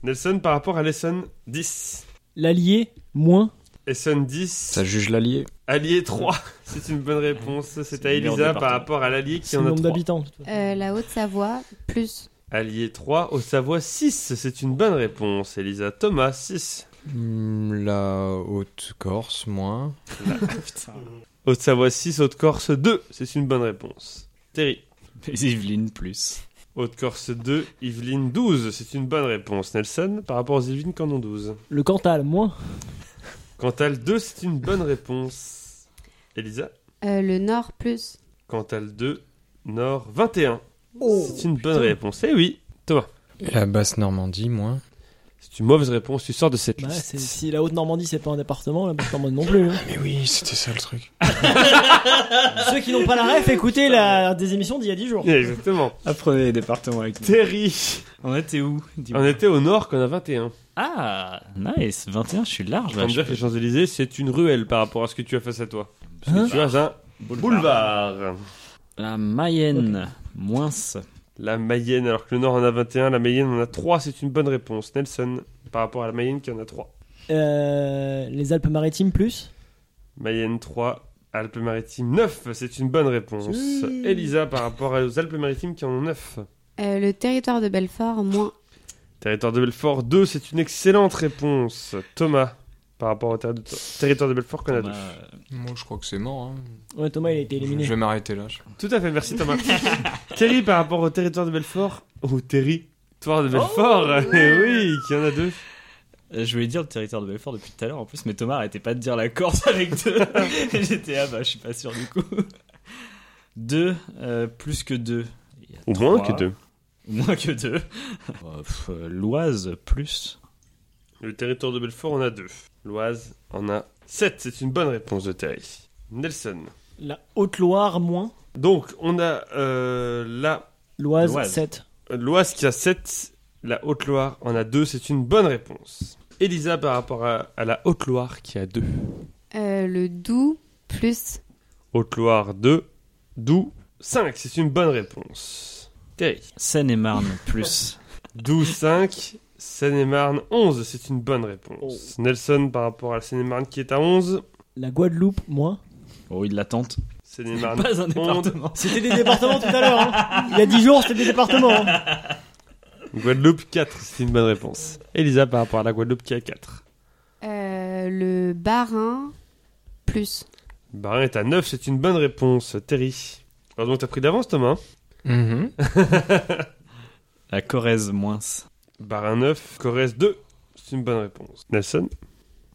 [SPEAKER 1] Nelson par rapport à l'Essonne 10.
[SPEAKER 2] L'allié, moins.
[SPEAKER 1] Essonne 10,
[SPEAKER 3] Ça juge l'allié.
[SPEAKER 1] Allier 3, [LAUGHS] c'est une bonne réponse. C'est à
[SPEAKER 4] le meilleur
[SPEAKER 1] Elisa par
[SPEAKER 4] département.
[SPEAKER 1] rapport à l'Allier qui
[SPEAKER 2] C'est
[SPEAKER 1] en
[SPEAKER 2] le
[SPEAKER 1] a
[SPEAKER 2] nombre
[SPEAKER 1] 3.
[SPEAKER 2] d'habitants. de toute façon.
[SPEAKER 5] Euh, la Haute-Savoie, plus.
[SPEAKER 1] Allier 3, au Savoie 6, c'est une bonne réponse. Elisa Thomas 6.
[SPEAKER 3] Hmm, La Haute-Corse, moins.
[SPEAKER 1] Haute-Savoie 6, Haute-Corse 2. C'est une bonne réponse. Terry.
[SPEAKER 4] Les Yvelines. Plus.
[SPEAKER 1] Haute-Corse 2, Yvelines 12. C'est une bonne réponse. Nelson, par rapport aux Yvelines, qu'en ont 12
[SPEAKER 2] Le Cantal, moins.
[SPEAKER 1] Cantal 2, c'est une bonne réponse. Elisa
[SPEAKER 5] Euh, le Nord, plus.
[SPEAKER 1] Cantal 2, Nord 21.
[SPEAKER 2] Oh,
[SPEAKER 1] C'est une bonne réponse. Eh oui,
[SPEAKER 3] La basse Normandie, moins.
[SPEAKER 1] c'est une mauvaise réponse. Tu sors de cette
[SPEAKER 2] Bah,
[SPEAKER 1] liste.
[SPEAKER 2] c'est- si la Haute-Normandie, c'est pas un département, la Haute-Normandie non plus. hein.
[SPEAKER 3] Mais oui, c'était ça le truc.
[SPEAKER 2] [LAUGHS] Ceux qui n'ont pas la ref, écoutez la... des émissions d'il y a 10 jours.
[SPEAKER 1] [LAUGHS] Exactement.
[SPEAKER 4] Apprenez les départements avec nous.
[SPEAKER 1] Terry.
[SPEAKER 4] On était où dis-moi.
[SPEAKER 1] On était au Nord qu'on a 21.
[SPEAKER 6] Ah, nice. 21, je suis large.
[SPEAKER 1] Je vais
[SPEAKER 6] là.
[SPEAKER 1] me dire que les Champs-Élysées, c'est une ruelle par rapport à ce que tu as face à toi. Parce
[SPEAKER 2] Hein
[SPEAKER 1] que tu as un boulevard.
[SPEAKER 6] La Mayenne, moins.
[SPEAKER 1] La Mayenne, alors que le Nord en a 21, la Mayenne en a 3, c'est une bonne réponse. Nelson, par rapport à la Mayenne qui en a 3.
[SPEAKER 2] Euh, les Alpes-Maritimes plus.
[SPEAKER 1] Mayenne 3, Alpes-Maritimes 9, c'est une bonne réponse.
[SPEAKER 2] Mmh.
[SPEAKER 1] Elisa, par rapport aux Alpes-Maritimes qui en ont 9.
[SPEAKER 5] Euh, le territoire de Belfort, moins.
[SPEAKER 1] Territoire de Belfort 2, c'est une excellente réponse. Thomas, par rapport au terri- territoire de Belfort qu'on a 2.
[SPEAKER 3] Moi, je crois que c'est mort. hein.
[SPEAKER 2] Ouais, Thomas, il a été éliminé.
[SPEAKER 3] Je vais m'arrêter là. je-
[SPEAKER 1] Tout à fait, merci Thomas. Terry, par rapport au territoire de Belfort. Au territoire de Belfort, eh oui, qui en a 2.
[SPEAKER 6] Euh, Je voulais dire le territoire de Belfort depuis tout à l'heure en plus, mais Thomas arrêtait pas de dire la Corse [LAUGHS] avec
[SPEAKER 4] [LAUGHS]
[SPEAKER 6] deux. J'étais ah bah je suis pas sûr du coup. Deux euh, plus que deux. Il y a
[SPEAKER 1] Au moins
[SPEAKER 6] trois.
[SPEAKER 1] que 2.
[SPEAKER 6] Ou moins que deux. Euh, pff, euh, L'Oise plus.
[SPEAKER 1] Le territoire de Belfort en a 2. L'Oise en a 7, c'est une bonne réponse de Terry. Nelson.
[SPEAKER 2] La Haute-Loire moins.
[SPEAKER 1] Donc, on a euh, la
[SPEAKER 2] L'Oise
[SPEAKER 6] L'Oise.
[SPEAKER 2] 7.
[SPEAKER 1] l'Oise qui a 7, la Haute-Loire en a 2, c'est une bonne réponse. Elisa par rapport à, à la Haute-Loire qui a 2.
[SPEAKER 5] Euh, le Doubs, plus.
[SPEAKER 1] Haute-Loire 2, Doux 5, c'est une bonne réponse. Terry.
[SPEAKER 6] Seine-et-Marne
[SPEAKER 1] [LAUGHS]
[SPEAKER 6] plus.
[SPEAKER 1] Doux 5, Seine-et-Marne 11, c'est une bonne
[SPEAKER 6] Oh.
[SPEAKER 1] réponse. Nelson par rapport à la Seine-et-Marne qui est à 11.
[SPEAKER 2] La Guadeloupe moins.
[SPEAKER 6] Oh, il l'attente.
[SPEAKER 1] Seine-et-Marne
[SPEAKER 6] Pas un département.
[SPEAKER 2] C'était des départements tout à l'heure. hein. [LAUGHS] Il y a 10 jours, c'était des départements. hein.
[SPEAKER 1] Guadeloupe 4, c'est une bonne réponse. Elisa par rapport à la Guadeloupe qui a 4.
[SPEAKER 5] Euh, le Barin, plus.
[SPEAKER 1] Barin est à 9, c'est une bonne réponse. Terry. Heureusement que t'as pris d'avance Thomas.
[SPEAKER 3] Mm-hmm.
[SPEAKER 6] La Corrèze moins.
[SPEAKER 1] Barin 9, Corrèze 2, c'est une bonne réponse. Nelson.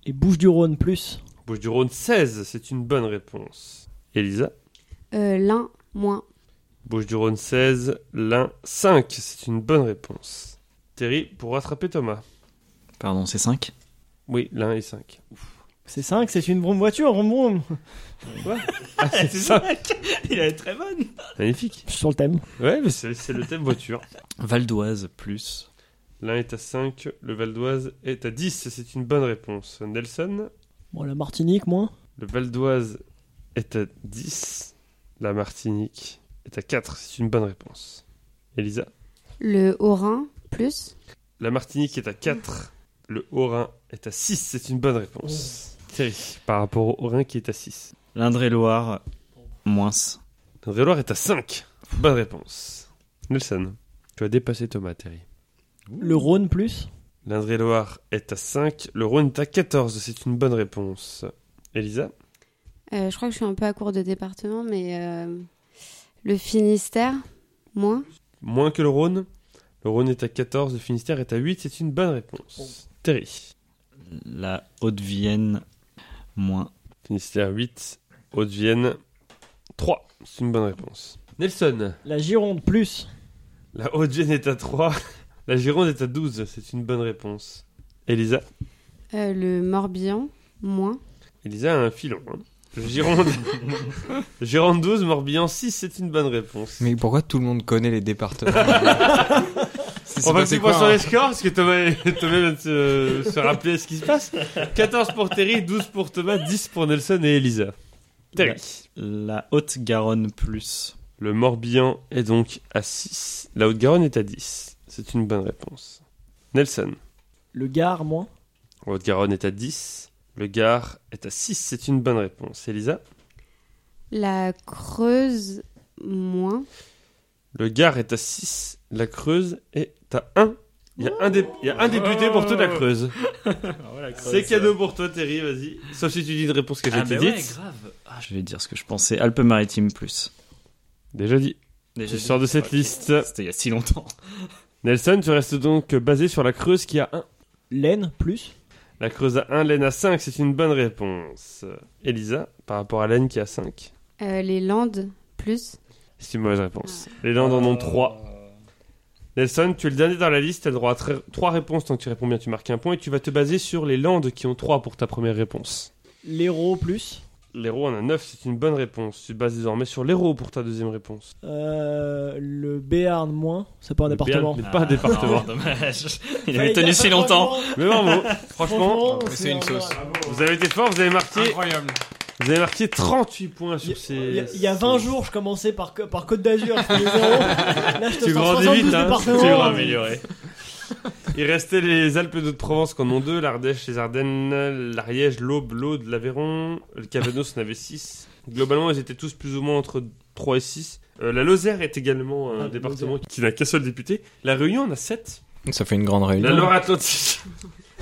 [SPEAKER 2] Et Bouches-du-Rhône plus.
[SPEAKER 1] Bouches-du-Rhône 16, c'est une bonne réponse. Elisa.
[SPEAKER 5] Euh, L'Ain, moins.
[SPEAKER 1] Bouches-du-Rhône 16, l'un 5, c'est une bonne réponse. Terry pour rattraper Thomas.
[SPEAKER 6] Pardon, c'est 5
[SPEAKER 1] Oui, l'un et 5.
[SPEAKER 2] C'est 5, c'est une vroom voiture, hein, vroom vroom.
[SPEAKER 1] Ah,
[SPEAKER 6] [LAUGHS]
[SPEAKER 1] c'est ça. [LAUGHS]
[SPEAKER 6] Il est très bonne.
[SPEAKER 1] Magnifique.
[SPEAKER 2] Sur le thème.
[SPEAKER 1] Ouais, mais c'est c'est le thème voiture.
[SPEAKER 6] Val d'Oise plus.
[SPEAKER 1] L'un est à 5, le Val d'Oise est à 10, c'est une bonne réponse. Nelson.
[SPEAKER 2] Bon, la Martinique moins.
[SPEAKER 1] Le Val d'Oise est à 10. La Martinique est à 4. C'est une bonne réponse. Elisa.
[SPEAKER 5] Le Haut-Rhin, plus.
[SPEAKER 1] La Martinique est à 4. Le Haut-Rhin est à 6. C'est une bonne réponse. Thierry, par rapport au Haut-Rhin qui est à 6.
[SPEAKER 6] L'Indre-et-Loire moins.
[SPEAKER 1] Le loire est à 5. Bonne réponse. Nelson, tu as dépassé Thomas, Thierry.
[SPEAKER 2] Le Rhône plus.
[SPEAKER 1] L'Indre-et-Loire est à 5. Le Rhône est à 14. C'est une bonne réponse. Elisa.
[SPEAKER 5] Euh, je crois que je suis un peu à court de département, mais euh, le Finistère, moins.
[SPEAKER 1] Moins que le Rhône. Le Rhône est à 14. Le Finistère est à 8. C'est une bonne réponse. Thierry.
[SPEAKER 6] La Haute-Vienne moins.
[SPEAKER 1] Finistère 8, Haute-Vienne 3. C'est une bonne réponse. Nelson,
[SPEAKER 2] La Gironde plus.
[SPEAKER 1] la Haute-Vienne est à 3, la Gironde est à 12. C'est une bonne réponse. Elisa,
[SPEAKER 5] Euh, le Morbihan, moins.
[SPEAKER 1] Elisa a un filon. hein. Gironde. Gironde 12, Morbihan 6, c'est une bonne réponse.
[SPEAKER 3] Mais pourquoi tout le monde connaît les [LAUGHS] départements C'est- c'est
[SPEAKER 1] On va
[SPEAKER 3] passé
[SPEAKER 1] petit point
[SPEAKER 3] quoi,
[SPEAKER 1] sur
[SPEAKER 3] hein
[SPEAKER 1] les scores parce que Thomas, [LAUGHS] Thomas vient de se, se rappeler ce qui se passe. 14 pour Terry, 12 pour Thomas, 10 pour Nelson et Elisa. Terry.
[SPEAKER 6] La Haute-Garonne plus.
[SPEAKER 1] Le Morbihan est donc à 6. La Haute-Garonne est à 10. C'est une bonne réponse. Nelson.
[SPEAKER 2] Le Gard moins.
[SPEAKER 1] La Haute-Garonne est à 10. Le Gard est à 6. C'est une bonne réponse. Elisa.
[SPEAKER 5] La Creuse, moins.
[SPEAKER 1] Le Gard est à 6. La Creuse est à 1. Il y a un, dé- il y a un député pour toute la
[SPEAKER 6] Oh.
[SPEAKER 1] Creuse. Ah, bah C'est cadeau pour toi, Terry. Vas-y. Sauf si tu dis une réponse que j'ai
[SPEAKER 6] Ah,
[SPEAKER 1] été
[SPEAKER 6] bah ouais,
[SPEAKER 1] dite.
[SPEAKER 6] grave. Ah, je vais dire ce que je pensais. Alpes-Maritimes plus.
[SPEAKER 1] Déjà dit.
[SPEAKER 6] Déjà
[SPEAKER 1] Tu
[SPEAKER 6] dit.
[SPEAKER 1] sors de cette
[SPEAKER 6] Ok.
[SPEAKER 1] liste.
[SPEAKER 6] C'était il y a si longtemps.
[SPEAKER 1] Nelson, tu restes donc basé sur la Creuse qui a 1.
[SPEAKER 2] L'Aisne plus.
[SPEAKER 1] La Creuse à 1, l'Aisne à 5, c'est une bonne réponse. Elisa, par rapport à l'Aisne qui a 5.
[SPEAKER 5] Euh, les Landes, plus.
[SPEAKER 1] C'est une mauvaise réponse. Euh, Les Landes en ont 3. Nelson, tu es le dernier dans la liste, tu as le droit à 3 réponses. Tant que tu réponds bien, tu marques un point. Et tu vas te baser sur les Landes qui ont 3 pour ta première réponse.
[SPEAKER 2] L'héros plus.
[SPEAKER 1] L'héros en a 9, c'est une bonne réponse. Tu te bases désormais sur l'héros pour ta deuxième réponse.
[SPEAKER 2] Euh, le Béarn moins. C'est pas un
[SPEAKER 1] Le
[SPEAKER 2] département.
[SPEAKER 1] Béarn n'est pas un département. [LAUGHS]
[SPEAKER 6] Ah, dommage. Il
[SPEAKER 2] Fallait
[SPEAKER 6] avait tenu
[SPEAKER 2] dire
[SPEAKER 6] si
[SPEAKER 2] ça,
[SPEAKER 6] longtemps.
[SPEAKER 2] franchement.
[SPEAKER 1] Mais [LAUGHS] bravo, franchement,
[SPEAKER 2] Franchement,
[SPEAKER 3] c'est une sauce.
[SPEAKER 1] vous avez été fort, vous avez marqué,
[SPEAKER 3] Incroyable.
[SPEAKER 1] vous avez marqué 38 points
[SPEAKER 2] Ah, Il y a-
[SPEAKER 1] sur ces.
[SPEAKER 2] il y a- il y a 20 jours, je commençais par, Co- par Côte d'Azur, je faisais zéro. Là, je te
[SPEAKER 1] Tu
[SPEAKER 2] sors
[SPEAKER 1] grandis
[SPEAKER 2] 72
[SPEAKER 1] vite, hein.
[SPEAKER 2] départements.
[SPEAKER 1] Tu
[SPEAKER 6] Tu
[SPEAKER 1] Oh.
[SPEAKER 6] auras amélioré.
[SPEAKER 1] Il restait les Alpes de Provence qui en ont deux, l'Ardèche, les Ardennes, l'Ariège, l'Aube, l'Aude, l'Aveyron, le Cavanos en avait 6. Globalement, ils étaient tous plus ou moins entre 3 et 6. la Lozère est également un
[SPEAKER 2] Ah,
[SPEAKER 1] département qui n'a qu'un seul député. La Réunion en a 7.
[SPEAKER 3] hein? Ça fait une grande
[SPEAKER 1] La
[SPEAKER 3] réunion.
[SPEAKER 1] Loire-Atlantique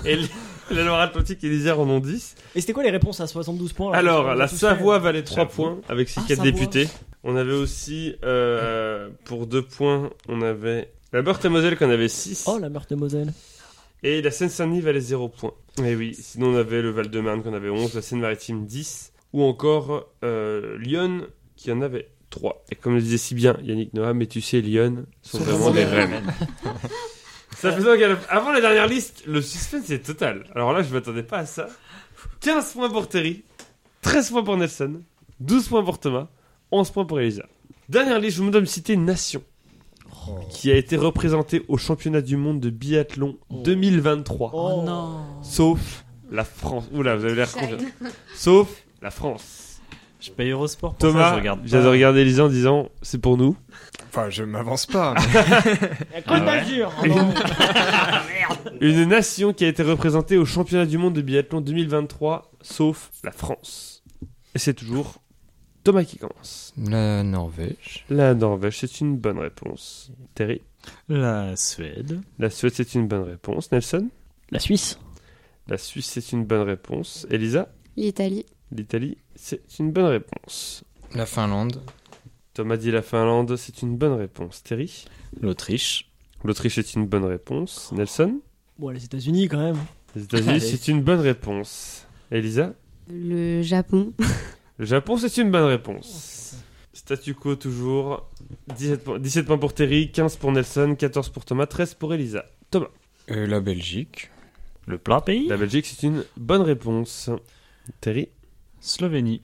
[SPEAKER 1] et l- la Loire-Atlantique et l'Isère en ont 10.
[SPEAKER 2] Et c'était quoi les réponses à 72 points là,
[SPEAKER 1] Alors,
[SPEAKER 2] parce qu'on
[SPEAKER 1] la
[SPEAKER 2] a tous
[SPEAKER 1] Savoie
[SPEAKER 2] fait.
[SPEAKER 1] valait 3 points avec ses
[SPEAKER 2] Ah,
[SPEAKER 1] 4
[SPEAKER 2] Savoie.
[SPEAKER 1] députés. On avait aussi, euh, pour 2 points, on avait la Meurthe-et-Moselle qui en avait 6.
[SPEAKER 2] Oh, la meurthe de Moselle.
[SPEAKER 1] Et la Seine-Saint-Denis valait 0 points. Et oui, sinon on avait le Val-de-Marne qu'on avait 11, la Seine-Maritime 10, ou encore euh, Lyon qui en avait 3. Et comme le disait si bien Yannick Noah, mais tu sais, Lyon sont
[SPEAKER 2] Sont
[SPEAKER 1] vraiment
[SPEAKER 2] vraiment
[SPEAKER 1] des
[SPEAKER 2] des
[SPEAKER 1] reines. Ça fait donc, avant la dernière liste, le suspense est total. Alors là, je m'attendais pas à ça. 15 points pour Terry, 13 points pour Nelson, 12 points pour Thomas, 11 points pour Elisa. Dernière liste, je vous demande de citer Nation, qui a été représentée au championnat du monde de biathlon 2023
[SPEAKER 2] Oh,
[SPEAKER 6] non.
[SPEAKER 1] sauf la France. Oula, vous avez l'air con. Sauf la France.
[SPEAKER 6] Je paye Eurosport pour ça, je
[SPEAKER 1] Thomas,
[SPEAKER 6] regarde pas.
[SPEAKER 1] j'avais regardé Elisa en disant c'est pour nous.
[SPEAKER 3] Enfin, je m'avance pas.
[SPEAKER 2] La
[SPEAKER 1] Ah
[SPEAKER 2] Côte d'Azur. oh non.
[SPEAKER 1] Une nation qui a été représentée au championnat du monde de biathlon 2023, sauf la France. Et c'est toujours Thomas qui commence.
[SPEAKER 3] [LAUGHS] La Norvège.
[SPEAKER 1] La Norvège, c'est une bonne réponse. Terry,
[SPEAKER 6] La Suède.
[SPEAKER 1] la Suède, c'est une bonne réponse. Nelson,
[SPEAKER 2] La Suisse.
[SPEAKER 1] la Suisse, c'est une bonne réponse. Elisa,
[SPEAKER 5] L'Italie.
[SPEAKER 1] l'Italie, c'est une bonne réponse.
[SPEAKER 3] La Finlande.
[SPEAKER 1] Thomas dit la Finlande, c'est une bonne réponse. Terry,
[SPEAKER 6] L'Autriche.
[SPEAKER 1] l'Autriche, c'est une bonne réponse. Nelson,
[SPEAKER 2] Bon, les États-Unis quand même.
[SPEAKER 1] Les États-Unis,
[SPEAKER 6] Allez.
[SPEAKER 1] c'est une bonne réponse. Elisa
[SPEAKER 5] Le Japon. [LAUGHS]
[SPEAKER 1] Le Japon, c'est une bonne réponse. Statu quo toujours. 17 points, 17 points pour Terry, 15 pour Nelson, 14 pour Thomas, 13 pour Elisa.
[SPEAKER 3] Euh, la Belgique.
[SPEAKER 6] Le plein pays.
[SPEAKER 1] La Belgique, c'est une bonne réponse. Terry
[SPEAKER 6] Slovénie.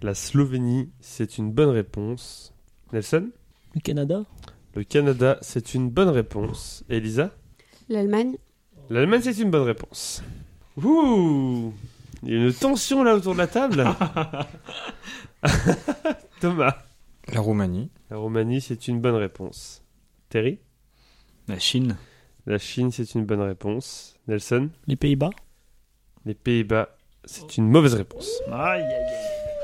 [SPEAKER 1] La Slovénie, c'est une bonne réponse. Nelson
[SPEAKER 2] Le Canada.
[SPEAKER 1] Le Canada, c'est une bonne réponse. Elisa
[SPEAKER 5] L'Allemagne.
[SPEAKER 1] L'Allemagne, c'est une bonne réponse. Ouh Il y a une tension là autour de la table. [LAUGHS] Thomas
[SPEAKER 3] La Roumanie.
[SPEAKER 1] La Roumanie, c'est une bonne réponse. Terry
[SPEAKER 6] La Chine.
[SPEAKER 1] La Chine, c'est une bonne réponse. Nelson
[SPEAKER 2] Les Pays-Bas.
[SPEAKER 1] Les Pays-Bas, c'est une mauvaise réponse.
[SPEAKER 6] Aïe, aïe,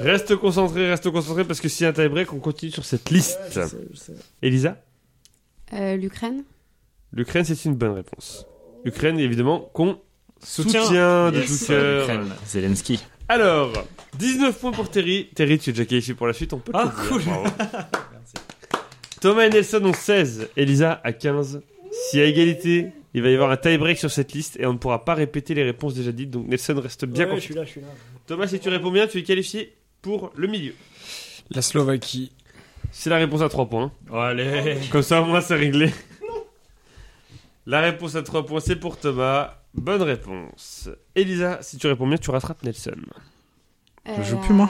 [SPEAKER 1] Reste concentré, reste concentré, parce que s'il y a un tie-break, on continue sur cette liste. Elisa
[SPEAKER 5] euh, L'Ukraine.
[SPEAKER 1] L'Ukraine, c'est une bonne réponse. Ukraine, évidemment, qu'on soutient,
[SPEAKER 6] Soutien.
[SPEAKER 1] de
[SPEAKER 6] Yes,
[SPEAKER 1] tout cœur.
[SPEAKER 6] l'Ukraine. Zelensky.
[SPEAKER 1] Alors, 19 points pour Terry. Terry, tu es déjà qualifié pour la suite, on peut te
[SPEAKER 6] Ah,
[SPEAKER 1] le dire.
[SPEAKER 2] [LAUGHS]
[SPEAKER 6] cool.
[SPEAKER 1] Bravo. Thomas et Nelson ont 16, Elisa a 15. Si à égalité, il va y avoir un tie-break sur cette liste et on ne pourra pas répéter les réponses déjà dites, donc Nelson reste bien
[SPEAKER 2] Ouais, je
[SPEAKER 1] confiant.
[SPEAKER 2] suis là, je suis là.
[SPEAKER 1] Thomas, si tu réponds bien, tu es qualifié pour le milieu.
[SPEAKER 3] La Slovaquie.
[SPEAKER 1] C'est la réponse à 3 points.
[SPEAKER 6] allez.
[SPEAKER 1] Comme ça, au moins, c'est réglé. [LAUGHS] La réponse à 3 points, c'est pour Thomas. Bonne réponse. Elisa, si tu réponds bien, tu rattrapes Nelson.
[SPEAKER 5] Je
[SPEAKER 4] joue plus, moi.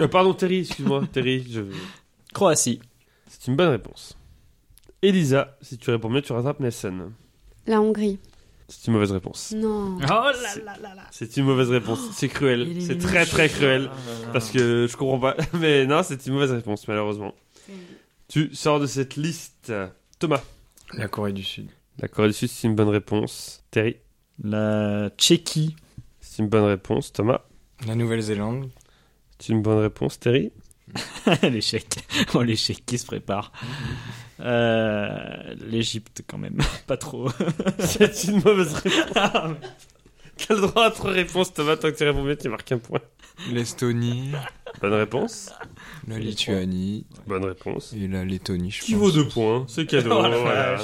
[SPEAKER 1] Euh, pardon, Terry, excuse-moi. Terry, je...
[SPEAKER 6] Croatie.
[SPEAKER 1] c'est une bonne réponse. Elisa, si tu réponds bien, tu rattrapes Nelson.
[SPEAKER 5] La Hongrie.
[SPEAKER 1] C'est une mauvaise réponse.
[SPEAKER 5] Non.
[SPEAKER 4] Ah.
[SPEAKER 6] Oh
[SPEAKER 1] là C'est une mauvaise réponse. C'est cruel. C'est très très cruel. Parce que je comprends pas. [LAUGHS] Mais non, c'est une mauvaise réponse, malheureusement. Tu sors de cette liste. Thomas.
[SPEAKER 3] La Corée du Sud.
[SPEAKER 1] La Corée du Sud, c'est une bonne réponse. Terry,
[SPEAKER 6] La Tchéquie. [LAUGHS]
[SPEAKER 1] c'est une bonne réponse. Thomas,
[SPEAKER 3] La Nouvelle-Zélande.
[SPEAKER 1] c'est une bonne réponse. Terry, [LAUGHS]
[SPEAKER 6] L'échec. Oh, l'échec qui se prépare. Euh, L'Égypte, quand même. [LAUGHS] Pas trop.
[SPEAKER 1] c'est une mauvaise réponse. T'as le droit à trois réponses, Thomas. Tant que tu réponds bien, tu marques un point.
[SPEAKER 3] L'Estonie.
[SPEAKER 1] Bonne réponse.
[SPEAKER 3] La Lituanie
[SPEAKER 1] Bonne réponse.
[SPEAKER 3] et la Lettonie, je
[SPEAKER 1] Qui
[SPEAKER 3] pense.
[SPEAKER 1] vaut deux points, c'est cadeau. [LAUGHS]
[SPEAKER 6] Oh,
[SPEAKER 1] voilà.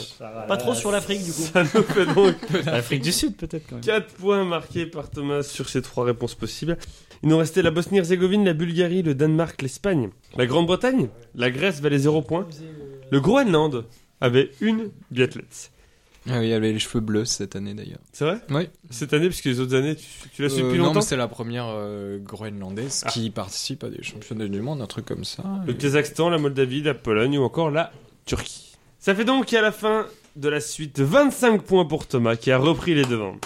[SPEAKER 2] Pas trop sur l'Afrique
[SPEAKER 6] [LAUGHS]
[SPEAKER 2] du coup.
[SPEAKER 1] Ça nous fait donc [LAUGHS]
[SPEAKER 6] L'Afrique du Sud, peut-être quand même.
[SPEAKER 1] 4 points marqués par Thomas sur ces trois réponses possibles. Il nous restait la Bosnie-Herzégovine, la Bulgarie, le Danemark, l'Espagne. La Grande-Bretagne, la Grèce valait 0 points. Le Groenland avait une biathlète.
[SPEAKER 3] Ah oui, elle avait les cheveux bleus cette année d'ailleurs.
[SPEAKER 1] C'est vrai
[SPEAKER 3] Oui.
[SPEAKER 1] Cette année, puisque les autres années, tu, tu l'as su
[SPEAKER 3] Euh,
[SPEAKER 1] depuis
[SPEAKER 3] non, mais
[SPEAKER 1] longtemps
[SPEAKER 3] c'est la première euh, groenlandaise
[SPEAKER 1] Ah.
[SPEAKER 3] qui participe à des championnats du monde, un truc comme ça.
[SPEAKER 1] Le Kazakhstan, la Moldavie, la Pologne ou encore la Turquie. Ça fait donc à la fin de la suite 25 points pour Thomas qui a repris les devants.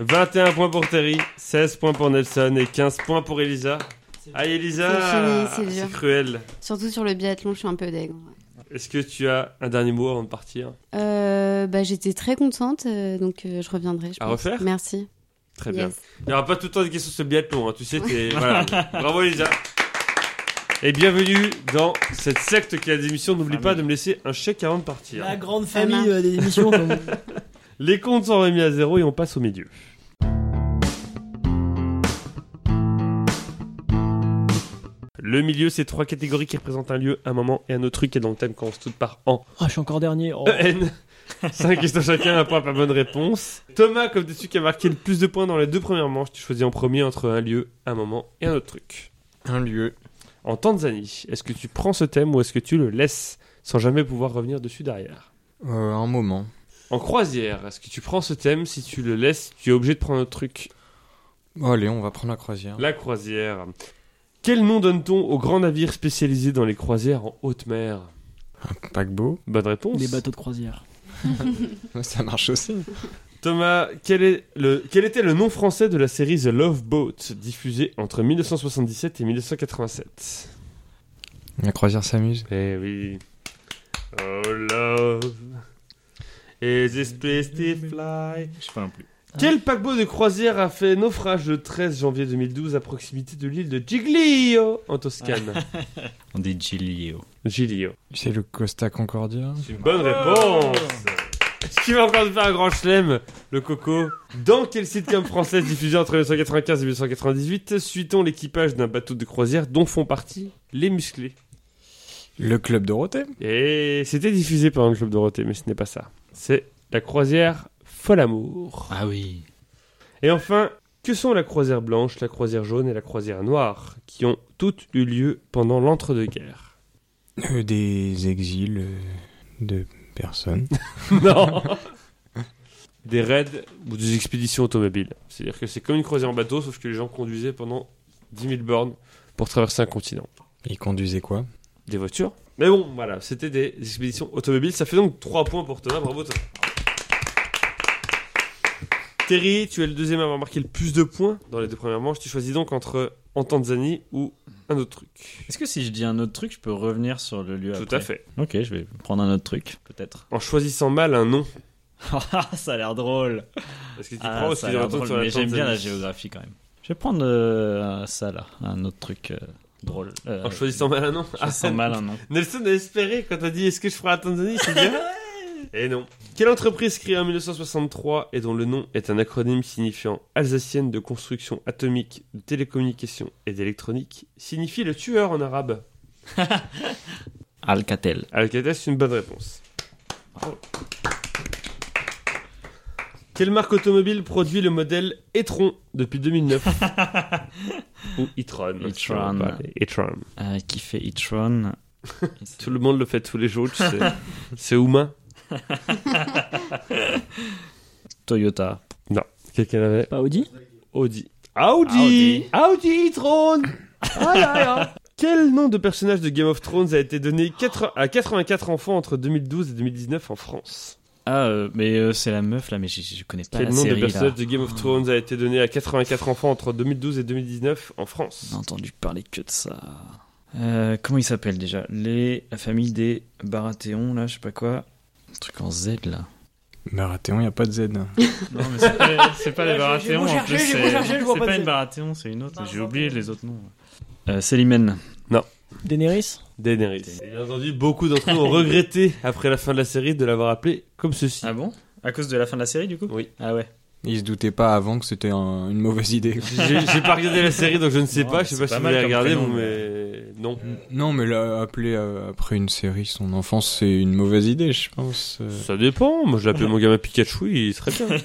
[SPEAKER 1] 21 points pour Terry, 16 points pour Nelson et 15 points pour Elisa. Aïe Elisa, Ah,
[SPEAKER 5] C'est fini, c'est dur.
[SPEAKER 1] cruel.
[SPEAKER 5] Surtout sur le biathlon, je suis un peu deg. hein. ouais.
[SPEAKER 1] Est-ce que tu as un dernier mot avant de partir
[SPEAKER 5] Euh, bah, J'étais très contente, euh, donc euh, je reviendrai. Je
[SPEAKER 1] À
[SPEAKER 5] pense.
[SPEAKER 1] refaire
[SPEAKER 5] Merci.
[SPEAKER 1] Très bien.
[SPEAKER 5] Yes.
[SPEAKER 1] Il n'y aura pas tout le temps des questions sur le biathlon, hein, tu sais.
[SPEAKER 5] [LAUGHS]
[SPEAKER 1] t'es- voilà. Bravo Elisa. Et bienvenue dans cette secte qui a des émissions. N'oublie pas de me laisser un chèque avant de partir.
[SPEAKER 2] La grande
[SPEAKER 5] Emma.
[SPEAKER 2] famille euh, des émissions. comme-
[SPEAKER 1] Les comptes sont remis à zéro et on passe au milieu. Le milieu, c'est trois catégories qui représentent un lieu, un moment et un autre truc. Et dans le thème commence toutes par en.
[SPEAKER 2] Ah, je suis encore dernier.
[SPEAKER 1] [LAUGHS]
[SPEAKER 2] Oh.
[SPEAKER 1] EN. 5 questions chacun, un point par bonne réponse. Thomas, comme dessus qui a marqué le plus de points dans les deux premières manches, tu choisis en premier entre un lieu, un moment et un autre truc.
[SPEAKER 3] Un lieu.
[SPEAKER 1] En Tanzanie, est-ce que tu prends ce thème ou est-ce que tu le laisses sans jamais pouvoir revenir dessus derrière
[SPEAKER 3] Euh, un moment.
[SPEAKER 1] En croisière, est-ce que tu prends ce thème Si tu le laisses, tu es obligé de prendre un autre truc.
[SPEAKER 3] Bon, allez, on va prendre la croisière.
[SPEAKER 1] La croisière. Quel nom donne-t-on aux grands navires spécialisés dans les croisières en haute mer
[SPEAKER 3] Paquebot
[SPEAKER 1] Bonne réponse.
[SPEAKER 2] Les bateaux de croisière.
[SPEAKER 3] Ça marche aussi.
[SPEAKER 1] Thomas, quel, est le, quel était le nom français de la série The Love Boat, diffusée entre 1977 et 1987
[SPEAKER 3] La croisière s'amuse.
[SPEAKER 1] Eh oui. Oh love. Is this place to fly
[SPEAKER 6] Je sais pas non plus.
[SPEAKER 1] Quel paquebot de croisière a fait naufrage le 13 janvier 2012 à proximité de l'île de Giglio, en Toscane
[SPEAKER 6] On dit Giglio.
[SPEAKER 1] Giglio.
[SPEAKER 3] C'est le Costa Concordia
[SPEAKER 1] C'est une bonne réponse. Ce qui va encore nous faire un grand chelem, le coco. Dans quel sitcom française diffusée entre 1995 et 1998 suit-on l'équipage d'un bateau de croisière dont font partie les musclés
[SPEAKER 3] Le Club Dorothée
[SPEAKER 1] Et c'était diffusé par le Club Dorothée, mais ce n'est pas ça. C'est la croisière Folle Amour.
[SPEAKER 6] Ah oui.
[SPEAKER 1] Et enfin, que sont la croisière blanche, la croisière jaune et la croisière noire, qui ont toutes eu lieu pendant l'entre-deux-guerres
[SPEAKER 3] Euh, Des exils euh, de personnes.
[SPEAKER 1] Non [LAUGHS] Des raids ou des expéditions automobiles. C'est-à-dire que c'est comme une croisière en bateau, sauf que les gens conduisaient pendant 10 000 bornes pour traverser un continent.
[SPEAKER 3] Ils conduisaient quoi
[SPEAKER 1] Des voitures. Mais bon, voilà, c'était des expéditions automobiles. Ça fait donc 3 points pour Thomas. Bravo, Thomas. Terry, tu es le deuxième à avoir marqué le plus de points dans les deux premières manches. Tu choisis donc entre en Tanzanie ou un autre truc.
[SPEAKER 6] Est-ce que si je dis un autre truc, je peux revenir sur le lieu
[SPEAKER 1] Tout à fait.
[SPEAKER 6] Ok, je vais prendre un autre truc, peut-être.
[SPEAKER 1] En choisissant mal un nom.
[SPEAKER 6] [LAUGHS] ça a l'air drôle.
[SPEAKER 1] Est-ce que tu
[SPEAKER 6] Ah,
[SPEAKER 1] prends ou est-ce
[SPEAKER 6] ça
[SPEAKER 1] que
[SPEAKER 6] a
[SPEAKER 1] tu
[SPEAKER 6] l'air
[SPEAKER 1] retournes
[SPEAKER 6] drôle,
[SPEAKER 1] sur la
[SPEAKER 6] mais j'aime bien la
[SPEAKER 1] Tanzanie
[SPEAKER 6] géographie quand même. Je vais prendre euh, ça là, un autre truc euh, drôle. Euh,
[SPEAKER 1] En choisissant mal un nom Ah,
[SPEAKER 6] je sens mal hein, un nom.
[SPEAKER 1] Nelson a espéré quand t'as dit est-ce que je ferai la Tanzanie, c'est bien Et non. Quelle entreprise créée en 1963 et dont le nom est un acronyme signifiant Alsacienne de construction atomique, de télécommunications et d'électronique signifie le tueur en arabe
[SPEAKER 6] Alcatel.
[SPEAKER 1] Alcatel, c'est une bonne réponse. Quelle marque automobile produit le modèle e-tron depuis 2009 Ou e-tron. si
[SPEAKER 6] e-tron.
[SPEAKER 1] on veut parler. e-tron.
[SPEAKER 6] Euh, qui fait e-tron
[SPEAKER 1] [LAUGHS] Tout le monde le fait tous les jours, tu sais. c'est humain.
[SPEAKER 6] Toyota.
[SPEAKER 1] Quelqu'un avait
[SPEAKER 2] Pas Audi
[SPEAKER 1] Audi. Audi Audi, e-tron Ah là là. Quel nom de personnage de Game of Thrones a été donné 80 à 84 enfants entre 2012 et 2019 en France
[SPEAKER 6] Ah, euh, mais euh, c'est la meuf là, mais je, je connais pas
[SPEAKER 1] Quel
[SPEAKER 6] la
[SPEAKER 1] nom de
[SPEAKER 6] série là.
[SPEAKER 1] personnage de Game of Thrones a été donné à 84 enfants entre 2012 et 2019 en France
[SPEAKER 6] J'ai entendu parler que de ça. Euh, comment ils s'appellent déjà Les la famille des Baratheon là, je sais pas quoi. Un truc en Z là.
[SPEAKER 3] Marathon, il n'y a pas de Z.
[SPEAKER 6] Non mais c'est
[SPEAKER 2] [LAUGHS]
[SPEAKER 6] pas, c'est pas les
[SPEAKER 2] J'ai- j'ai
[SPEAKER 6] Baratheon
[SPEAKER 2] beau
[SPEAKER 6] en
[SPEAKER 2] chercher,
[SPEAKER 6] plus.
[SPEAKER 2] j'ai beau
[SPEAKER 6] C'est
[SPEAKER 2] chercher, je vois
[SPEAKER 6] c'est
[SPEAKER 2] pas
[SPEAKER 6] pas
[SPEAKER 2] de
[SPEAKER 6] une
[SPEAKER 2] Z.
[SPEAKER 6] Baratheon, c'est une autre.
[SPEAKER 2] Non,
[SPEAKER 6] J'ai
[SPEAKER 2] je vois
[SPEAKER 6] oublié
[SPEAKER 2] pas.
[SPEAKER 6] les autres noms. Euh, Célimène.
[SPEAKER 2] Daenerys
[SPEAKER 1] Daenerys. Et bien entendu, beaucoup d'entre nous ont regretté, après la fin de la série, de l'avoir appelé comme ceci.
[SPEAKER 6] Ah bon À cause de la fin de la série du coup
[SPEAKER 1] Oui.
[SPEAKER 6] Ah ouais.
[SPEAKER 3] Ils se doutaient pas avant que c'était un- une mauvaise idée.
[SPEAKER 1] J'ai j'ai pas regardé la série donc je ne sais
[SPEAKER 6] Non,
[SPEAKER 1] pas.
[SPEAKER 6] mais
[SPEAKER 1] Je sais
[SPEAKER 6] c'est
[SPEAKER 1] pas
[SPEAKER 6] pas
[SPEAKER 1] si vous
[SPEAKER 6] mal
[SPEAKER 1] l'avez
[SPEAKER 6] comme
[SPEAKER 1] regardé,
[SPEAKER 6] prénom,
[SPEAKER 1] bon, mais non.
[SPEAKER 3] Non, mais là, appeler euh, après une série son enfance, c'est une mauvaise idée, je pense. euh.
[SPEAKER 1] Ça dépend. Moi, je
[SPEAKER 6] [LAUGHS]
[SPEAKER 1] l'appelais mon gamin Pikachu, il serait bien.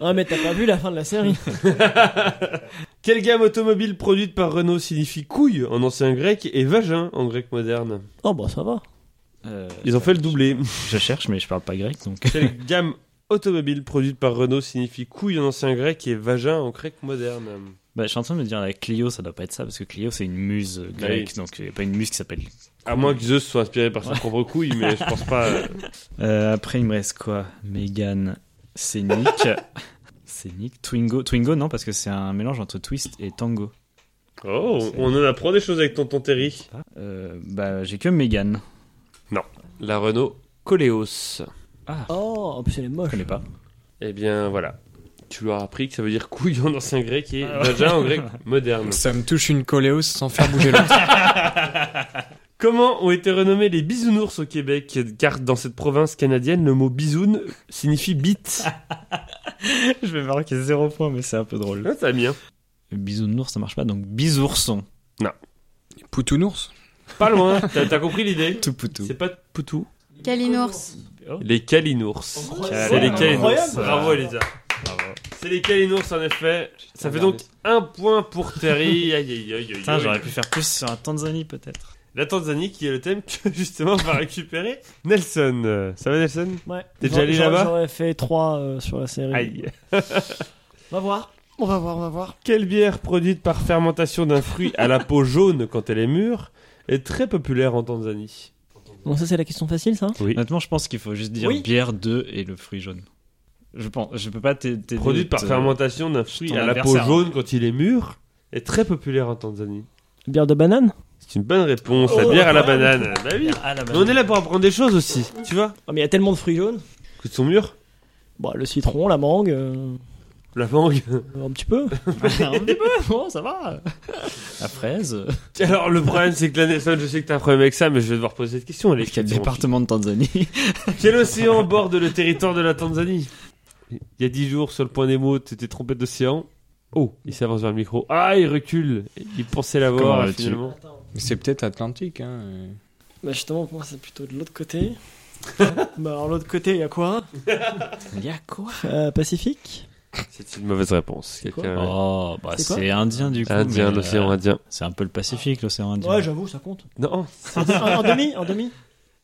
[SPEAKER 2] Ah, mais t'as pas vu la fin de la série.
[SPEAKER 1] Quelle gamme automobile produite par Renault signifie couille en ancien grec et vagin en grec moderne
[SPEAKER 2] [LAUGHS] Oh, bah ça va.
[SPEAKER 6] Euh,
[SPEAKER 1] Ils ont fait le [LAUGHS] doublé.
[SPEAKER 6] Je cherche, mais je parle pas grec, donc.
[SPEAKER 1] Quelle gamme automobile produite par Renault signifie couille en ancien grec et vagin en grec moderne
[SPEAKER 6] Bah, je suis en train de me dire, la Clio, ça doit pas être ça, parce que Clio, c'est une muse euh, grecque, donc il n'y a pas une muse qui s'appelle.
[SPEAKER 1] À moins que Zeus soit inspiré par sa propre couille, mais je pense pas. euh.
[SPEAKER 6] Euh, après, il me reste quoi Megan, [LAUGHS] Scénic. Scénic, Twingo. Twingo, non, parce que c'est un mélange entre twist et tango.
[SPEAKER 1] [LAUGHS] Oh, on en apprend des choses avec tonton Terry.
[SPEAKER 6] Euh, bah, j'ai que Megan.
[SPEAKER 1] La Renault Coleos.
[SPEAKER 6] Ah,
[SPEAKER 2] Oh, en plus elle est
[SPEAKER 6] je
[SPEAKER 2] moche.
[SPEAKER 6] connais pas.
[SPEAKER 1] Eh bien, voilà. Tu leur as appris que ça veut dire couille en ancien grec et
[SPEAKER 6] Ah ouais.
[SPEAKER 1] vagin [LAUGHS] en grec moderne.
[SPEAKER 3] Ça me touche une coléos sans faire bouger l'autre.
[SPEAKER 1] Comment ont été renommés les bisounours au Québec Car dans cette province canadienne, le mot bisoun signifie bite.
[SPEAKER 6] [LAUGHS] je vais marquer zéro point, mais c'est un peu drôle.
[SPEAKER 1] Ah, ça bien.
[SPEAKER 6] Bisounours, ça marche pas, donc bisourson.
[SPEAKER 3] [LAUGHS] Poutounours
[SPEAKER 1] Pas loin, [LAUGHS] t'as t'as compris l'idée
[SPEAKER 3] Tout poutou.
[SPEAKER 1] C'est pas Poutou.
[SPEAKER 5] Calinours.
[SPEAKER 1] Les calinours. Euh, C'est les
[SPEAKER 6] Incroyable.
[SPEAKER 1] calinours.
[SPEAKER 2] Incroyable.
[SPEAKER 1] Bravo Elisa. C'est les calinours en effet. Ça fait donc un point pour [LAUGHS] Terry. Aïe, aïe, aïe, aïe,
[SPEAKER 6] Putain,
[SPEAKER 1] aïe.
[SPEAKER 6] j'aurais pu faire plus sur un Tanzanie, peut-être.
[SPEAKER 1] La Tanzanie qui est le thème que justement va récupérer Nelson. Euh, Ça va Nelson
[SPEAKER 2] Ouais.
[SPEAKER 1] T'es déjà allé
[SPEAKER 2] J'aurais-
[SPEAKER 1] là-bas
[SPEAKER 2] J'aurais fait 3 sur la série. [LAUGHS]
[SPEAKER 1] Aïe.
[SPEAKER 2] On va voir. On va voir, on va voir.
[SPEAKER 1] Quelle bière produite par fermentation d'un fruit à la peau jaune quand elle est mûre est très populaire en Tanzanie
[SPEAKER 2] Bon, ça c'est la question facile, ça.
[SPEAKER 1] Oui.
[SPEAKER 6] Honnêtement, je pense qu'il faut juste dire
[SPEAKER 2] Oui.
[SPEAKER 6] bière 2 et le fruit jaune. Je pense, je peux pas t'aider.
[SPEAKER 1] Produite par
[SPEAKER 6] te-
[SPEAKER 1] fermentation d'un fruit
[SPEAKER 6] ton
[SPEAKER 1] à la peau
[SPEAKER 6] adversaire.
[SPEAKER 1] jaune quand il est mûr est très populaire en Tanzanie.
[SPEAKER 2] Bière de banane.
[SPEAKER 1] C'est une bonne réponse, la
[SPEAKER 2] Oh,
[SPEAKER 1] bière à la
[SPEAKER 2] ouais.
[SPEAKER 1] banane. Bah oui.
[SPEAKER 6] Ah, la
[SPEAKER 1] Mais on est là pour apprendre des choses aussi, tu vois
[SPEAKER 2] Ah, mais il y a tellement de fruits jaunes.
[SPEAKER 1] Que sont mûrs
[SPEAKER 2] Bah, le citron, la mangue, euh,
[SPEAKER 1] La mangue.
[SPEAKER 2] un petit peu.
[SPEAKER 6] Un petit peu, Ah, bon, [LAUGHS] ça va. La fraise.
[SPEAKER 1] Alors le problème c'est que la Nelson, je sais que t'as un problème avec ça, mais je vais devoir poser cette question. Elle est
[SPEAKER 6] Quel
[SPEAKER 1] question.
[SPEAKER 6] département de Tanzanie
[SPEAKER 1] Quel océan borde le territoire de la Tanzanie Il y a dix jours, sur le point des mots, t'étais trompé d'océan. Oh, il s'avance vers le micro. Ah, il recule. Il pensait
[SPEAKER 6] Comment
[SPEAKER 1] l'avoir,
[SPEAKER 6] vas-tu
[SPEAKER 1] finalement.
[SPEAKER 3] Mais C'est peut-être Atlantique, hein. euh.
[SPEAKER 2] Bah, justement, pour moi, c'est plutôt de l'autre [LAUGHS] côté. bah, alors, l'autre côté, il y a quoi
[SPEAKER 6] Il y a quoi
[SPEAKER 2] Euh, Pacifique.
[SPEAKER 1] C'est une mauvaise réponse. Quelqu'un-
[SPEAKER 6] Oh, bah
[SPEAKER 2] C'est quoi
[SPEAKER 6] c'est indien du coup.
[SPEAKER 1] Indien,
[SPEAKER 6] mais,
[SPEAKER 1] l'océan
[SPEAKER 6] euh,
[SPEAKER 1] Indien.
[SPEAKER 6] C'est un peu le Pacifique, l'océan Indien.
[SPEAKER 2] Ouais, j'avoue, ça compte.
[SPEAKER 1] Non.
[SPEAKER 2] en, en demi, en demi.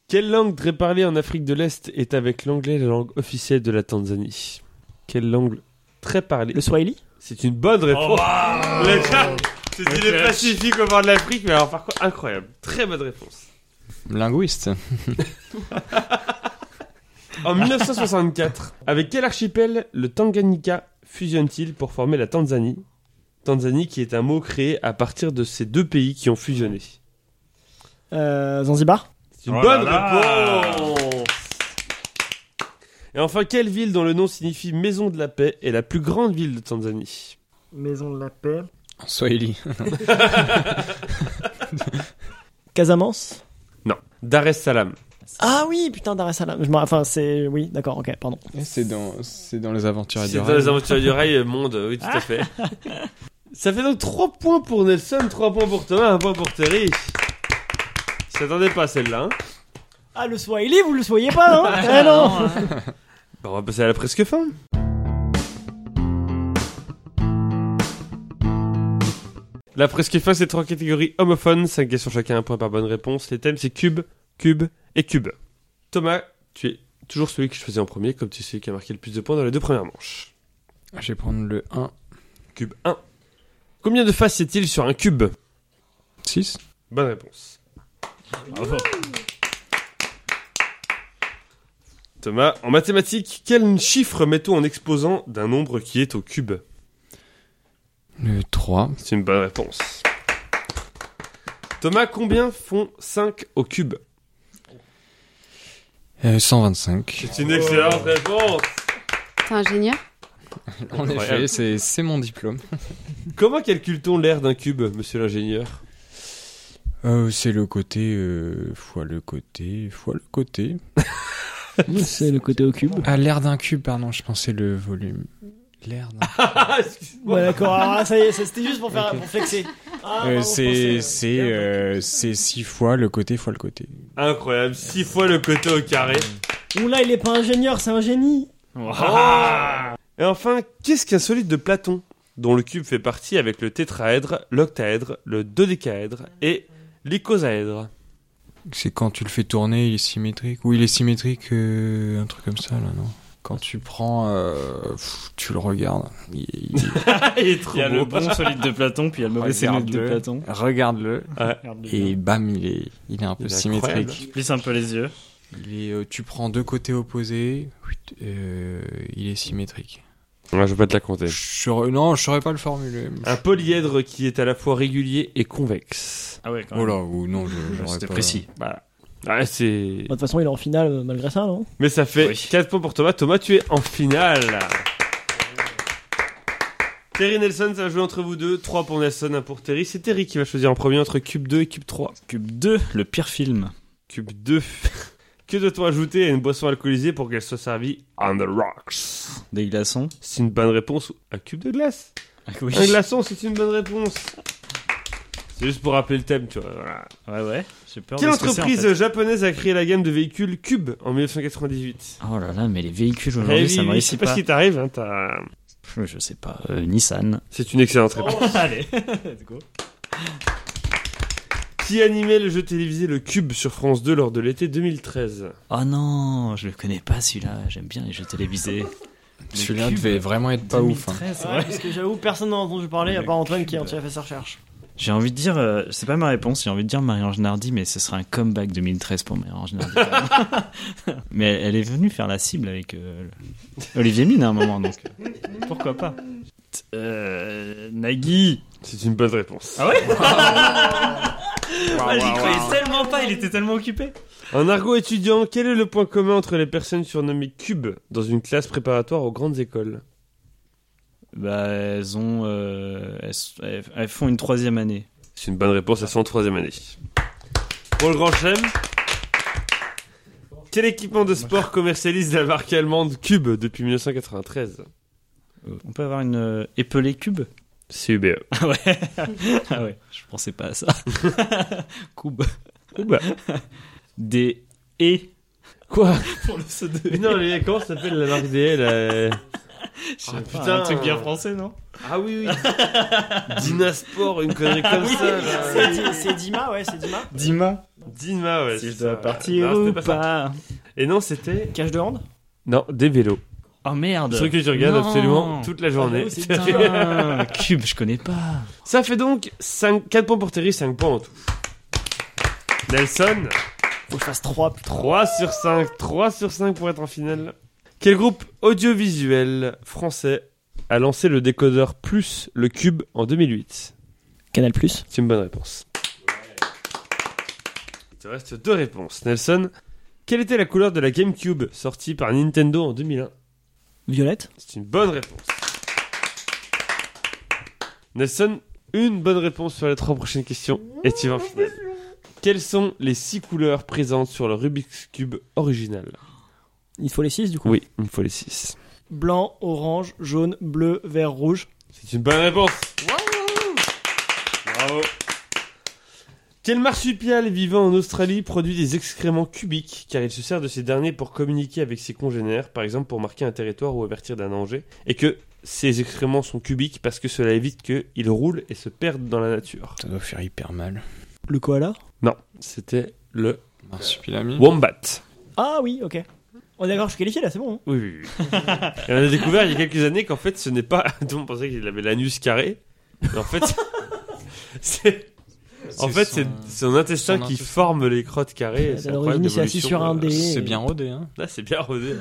[SPEAKER 1] Quelle langue très parlée en Afrique de l'Est est avec l'anglais la langue officielle de la Tanzanie Quelle langue très parlée
[SPEAKER 2] Le Swahili.
[SPEAKER 1] C'est une bonne réponse. Le gars, C'était le Pacifique au bord de l'Afrique, mais alors par contre, incroyable. Très bonne réponse.
[SPEAKER 3] Linguiste.
[SPEAKER 1] En 1964, avec quel archipel le Tanganyika fusionne-t-il pour former la Tanzanie Tanzanie qui est un mot créé à partir de ces deux pays qui ont fusionné.
[SPEAKER 2] Euh, Zanzibar.
[SPEAKER 1] C'est une
[SPEAKER 6] Oh
[SPEAKER 1] bonne
[SPEAKER 6] là là.
[SPEAKER 1] réponse Et enfin, quelle ville dont le nom signifie Maison de la Paix est la plus grande ville de Tanzanie
[SPEAKER 2] Maison de la paix.
[SPEAKER 3] En Swahili.
[SPEAKER 2] Casamance.
[SPEAKER 1] Non. Dar es Salaam.
[SPEAKER 2] Ah oui, putain, Dar es Salaam. Je m'en- Enfin, c'est. Oui, d'accord, ok, pardon.
[SPEAKER 3] Eh, C'est dans, c'est dans les aventures
[SPEAKER 1] C'est
[SPEAKER 3] du
[SPEAKER 1] dans les aventures du rail euh, monde, oui, tout à
[SPEAKER 6] [LAUGHS]
[SPEAKER 1] fait. Ça fait donc 3 points pour Nelson, 3 points pour Thomas, 1 point pour Terry. Je t'attendais pas à celle-là. hein.
[SPEAKER 2] Ah, le Swahili, vous le soyez pas, hein [LAUGHS]
[SPEAKER 6] Ah,
[SPEAKER 2] Eh non
[SPEAKER 1] Bah, on va passer à la presque fin. La presque fin, c'est trois catégories homophones, 5 questions chacun, un point par bonne réponse. Les thèmes, c'est cube, cube et cube. Thomas, tu es toujours celui que je faisais en premier, comme tu es celui qui a marqué le plus de points dans les deux premières manches.
[SPEAKER 3] Ah, Je vais prendre le 1.
[SPEAKER 1] Cube 1. Combien de faces y a-t-il sur un cube
[SPEAKER 3] 6
[SPEAKER 1] Bonne réponse. Thomas, en mathématiques, quel chiffre mettons en exposant d'un nombre qui est au cube
[SPEAKER 3] Le 3.
[SPEAKER 1] C'est une bonne réponse. Thomas, combien font 5 au cube
[SPEAKER 3] Euh, 125.
[SPEAKER 1] C'est une excellente réponse.
[SPEAKER 5] T'es ingénieur
[SPEAKER 3] En
[SPEAKER 1] Incroyable.
[SPEAKER 3] effet, c'est c'est mon diplôme.
[SPEAKER 1] Comment calcule-t-on l'air d'un cube, monsieur l'ingénieur
[SPEAKER 3] Euh, c'est le côté euh, fois le côté fois le côté.
[SPEAKER 2] C'est le côté au cube.
[SPEAKER 3] Ah, l'air d'un cube, pardon, je pensais le volume. L'air d'un
[SPEAKER 1] Ah, excuse-moi.
[SPEAKER 2] Ouais, d'accord. Ah, ça y [LAUGHS] est, ça, c'était juste pour, faire,
[SPEAKER 3] Ok.
[SPEAKER 2] pour flexer. Ah,
[SPEAKER 3] Euh,
[SPEAKER 2] pardon, je
[SPEAKER 3] c'est
[SPEAKER 2] pensais-
[SPEAKER 3] c'est euh, c'est six fois le côté fois le côté.
[SPEAKER 1] Incroyable, 6 fois le côté au carré.
[SPEAKER 2] Oula, il est pas ingénieur, c'est un génie.
[SPEAKER 1] Ah. Et enfin, qu'est-ce qu'un solide de Platon Dont le cube fait partie avec le tétraèdre, l'octaèdre, le dodécaèdre et l'icosaèdre.
[SPEAKER 3] C'est quand tu le fais tourner, il est symétrique. Oui, il est symétrique, euh, un truc comme ça là, non Quand tu prends, euh, pff, tu le regardes. Il- il-
[SPEAKER 1] Ah, il est trop
[SPEAKER 6] [LAUGHS] Il y a le
[SPEAKER 1] beau.
[SPEAKER 6] bon solide de Platon, puis il y a le mauvais solide de
[SPEAKER 3] Regarde-le.
[SPEAKER 6] Platon.
[SPEAKER 3] [LAUGHS] Regarde-le et bam, il est, il est un peu
[SPEAKER 1] Il est incroyable.
[SPEAKER 3] symétrique.
[SPEAKER 6] Je plisse un peu les yeux.
[SPEAKER 3] Il est, euh, tu prends deux côtés opposés, euh, il est symétrique.
[SPEAKER 1] Ouais, je vais pas te la compter.
[SPEAKER 3] Je saurais- non, je saurais pas le formuler.
[SPEAKER 1] Un polyèdre qui est à la fois régulier et convexe.
[SPEAKER 6] Ah ouais, quand
[SPEAKER 3] Oh
[SPEAKER 6] même.
[SPEAKER 3] là, ou non, je- j'aurais
[SPEAKER 6] C'était
[SPEAKER 3] pas-
[SPEAKER 6] précis.
[SPEAKER 1] Voilà. Ouais, c'est...
[SPEAKER 2] Bah, De toute façon, il est en finale euh, malgré ça, non
[SPEAKER 1] Mais ça fait
[SPEAKER 6] Oui.
[SPEAKER 1] 4 points pour Thomas. Thomas, tu es en finale. Terry Nelson, ça va jouer entre vous deux. 3 pour Nelson, 1 pour Terry. C'est Terry qui va choisir en premier entre Cube 2 et Cube 3.
[SPEAKER 6] Cube 2, le pire film.
[SPEAKER 1] Cube 2. [LAUGHS] que doit-on ajouter à une boisson alcoolisée pour qu'elle soit servie on the rocks
[SPEAKER 6] Des glaçons.
[SPEAKER 1] C'est une bonne réponse. Un cube de glace
[SPEAKER 6] Ah oui.
[SPEAKER 1] Un glaçon, c'est une bonne réponse. C'est juste pour rappeler le thème, tu vois. voilà.
[SPEAKER 6] Ouais, ouais. J'ai peur
[SPEAKER 1] Quelle
[SPEAKER 6] de ce que c'est, en
[SPEAKER 1] entreprise
[SPEAKER 6] fait.
[SPEAKER 1] japonaise a créé la gamme de véhicules Cube en 1998
[SPEAKER 6] Oh là là, mais les véhicules
[SPEAKER 1] Eh
[SPEAKER 6] aujourd'hui,
[SPEAKER 1] oui,
[SPEAKER 6] ça me
[SPEAKER 1] oui, Je sais
[SPEAKER 6] réussit
[SPEAKER 1] pas,
[SPEAKER 6] pas.
[SPEAKER 1] ce qui t'arrive. hein, t'as-
[SPEAKER 6] Pff, Je sais pas. Euh, Nissan.
[SPEAKER 1] c'est une excellente réponse.
[SPEAKER 6] Oh, [LAUGHS] Allez, let's go.
[SPEAKER 1] Qui animait le jeu télévisé Le Cube sur France 2 lors de l'été 2013
[SPEAKER 6] Oh non, je le connais pas celui-là. J'aime bien les jeux télévisés.
[SPEAKER 3] Celui-là
[SPEAKER 6] Le cube,
[SPEAKER 3] devait vraiment être pas ouf. hein.
[SPEAKER 6] 2013,
[SPEAKER 2] Ouais,
[SPEAKER 6] ouais.
[SPEAKER 2] parce que j'avoue, personne n'a entendu parler à part Antoine qui a déjà fait sa recherche.
[SPEAKER 6] J'ai envie de dire, euh, c'est pas ma réponse, j'ai envie de dire Marie-Ange Nardi, mais ce sera un comeback 2013 pour Marie-Ange [LAUGHS] Nardi. mais elle, elle est venue faire la cible avec euh, le- Olivier Mine à un moment, donc euh, pourquoi pas. T- euh, Nagui
[SPEAKER 1] C'est une bonne réponse.
[SPEAKER 6] Ah [LAUGHS] ouais Ah, J'y croyais tellement pas, il était tellement occupé.
[SPEAKER 1] En argot étudiant, quel est le point commun entre les personnes surnommées Cube dans une classe préparatoire aux grandes écoles
[SPEAKER 6] Bah, elles ont. euh, elles, elles- elles font une troisième année.
[SPEAKER 1] C'est une bonne réponse, elles sont en troisième année. Pour le grand chelem, quel équipement de sport commercialise la marque allemande Cube depuis 1993
[SPEAKER 6] Euh, On peut avoir une euh, épelée cube
[SPEAKER 1] CUBE.
[SPEAKER 6] Ah ouais [LAUGHS] Ah ouais, je pensais pas à ça. [LAUGHS] Cube. E.
[SPEAKER 1] Cube.
[SPEAKER 6] Des et
[SPEAKER 1] Quoi
[SPEAKER 6] pour le saut de
[SPEAKER 1] Mais non, les- comment ça s'appelle la marque DL euh
[SPEAKER 6] Je
[SPEAKER 1] Ah,
[SPEAKER 6] sais pas,
[SPEAKER 1] putain.
[SPEAKER 6] un truc bien français, non
[SPEAKER 1] Ah oui, oui. Dinasport, une connerie
[SPEAKER 6] Ah
[SPEAKER 1] comme ça. là.
[SPEAKER 2] C'est Dima, ouais, c'est Dima.
[SPEAKER 6] Dima.
[SPEAKER 1] Dima, ouais.
[SPEAKER 6] Si
[SPEAKER 1] Bah, c'est
[SPEAKER 6] je dois
[SPEAKER 1] ça.
[SPEAKER 6] partir
[SPEAKER 1] Non,
[SPEAKER 6] ou
[SPEAKER 1] c'était
[SPEAKER 6] pas,
[SPEAKER 1] pas ça. Et non, c'était.
[SPEAKER 2] Cache de hand
[SPEAKER 1] Non, des vélos.
[SPEAKER 6] Oh merde
[SPEAKER 1] Ce truc que tu regardes
[SPEAKER 6] Non.
[SPEAKER 1] absolument toute la journée.
[SPEAKER 2] Ah, c'est
[SPEAKER 6] Putain, Cube, je connais pas.
[SPEAKER 1] ça fait donc 5, 4 points pour Terry, 5 points en tout. Nelson,
[SPEAKER 2] Faut que je fasse 3, putain.
[SPEAKER 1] 3 sur 5. 3 sur 5 pour être en finale. Quel groupe audiovisuel français a lancé le décodeur plus le cube en 2008
[SPEAKER 2] Canal Plus.
[SPEAKER 1] C'est une bonne réponse. Il te reste deux réponses. Nelson, quelle était la couleur de la GameCube sortie par Nintendo en 2001
[SPEAKER 2] Violette
[SPEAKER 1] C'est une bonne réponse. Nelson, une bonne réponse sur les trois prochaines questions et tu vas en finale. Quelles sont les six couleurs présentes sur le Rubik's Cube original
[SPEAKER 2] Il faut les 6 du coup.
[SPEAKER 1] Oui, il me faut les six.
[SPEAKER 2] Blanc, orange, jaune, bleu, vert, rouge.
[SPEAKER 1] C'est une bonne réponse. Bravo. Quel marsupial vivant en Australie produit des excréments cubiques car il se sert de ces derniers pour communiquer avec ses congénères, par exemple pour marquer un territoire ou avertir d'un danger, et que ces excréments sont cubiques parce que cela évite qu'ils roulent et se perdent dans la nature.
[SPEAKER 3] Ça doit faire hyper mal.
[SPEAKER 2] Le koala
[SPEAKER 1] Non, c'était le
[SPEAKER 3] Marsupilami.
[SPEAKER 1] wombat.
[SPEAKER 2] Ah oui, ok. On est d'accord, je suis qualifié là, c'est bon. hein
[SPEAKER 1] Oui, oui, oui. Et on a découvert il y a quelques années qu'en fait ce n'est pas. [LAUGHS] Tout le monde pensait qu'il avait l'anus carré, mais en fait. [LAUGHS] c'est... En fait, c'est son intestin
[SPEAKER 3] son
[SPEAKER 1] qui
[SPEAKER 3] intestin.
[SPEAKER 1] forme les crottes carrées.
[SPEAKER 2] À
[SPEAKER 1] C'est
[SPEAKER 2] l'origine, il s'est assis sur un dé.
[SPEAKER 3] C'est bien rodé, hein.
[SPEAKER 1] Là, Ah, c'est bien rodé.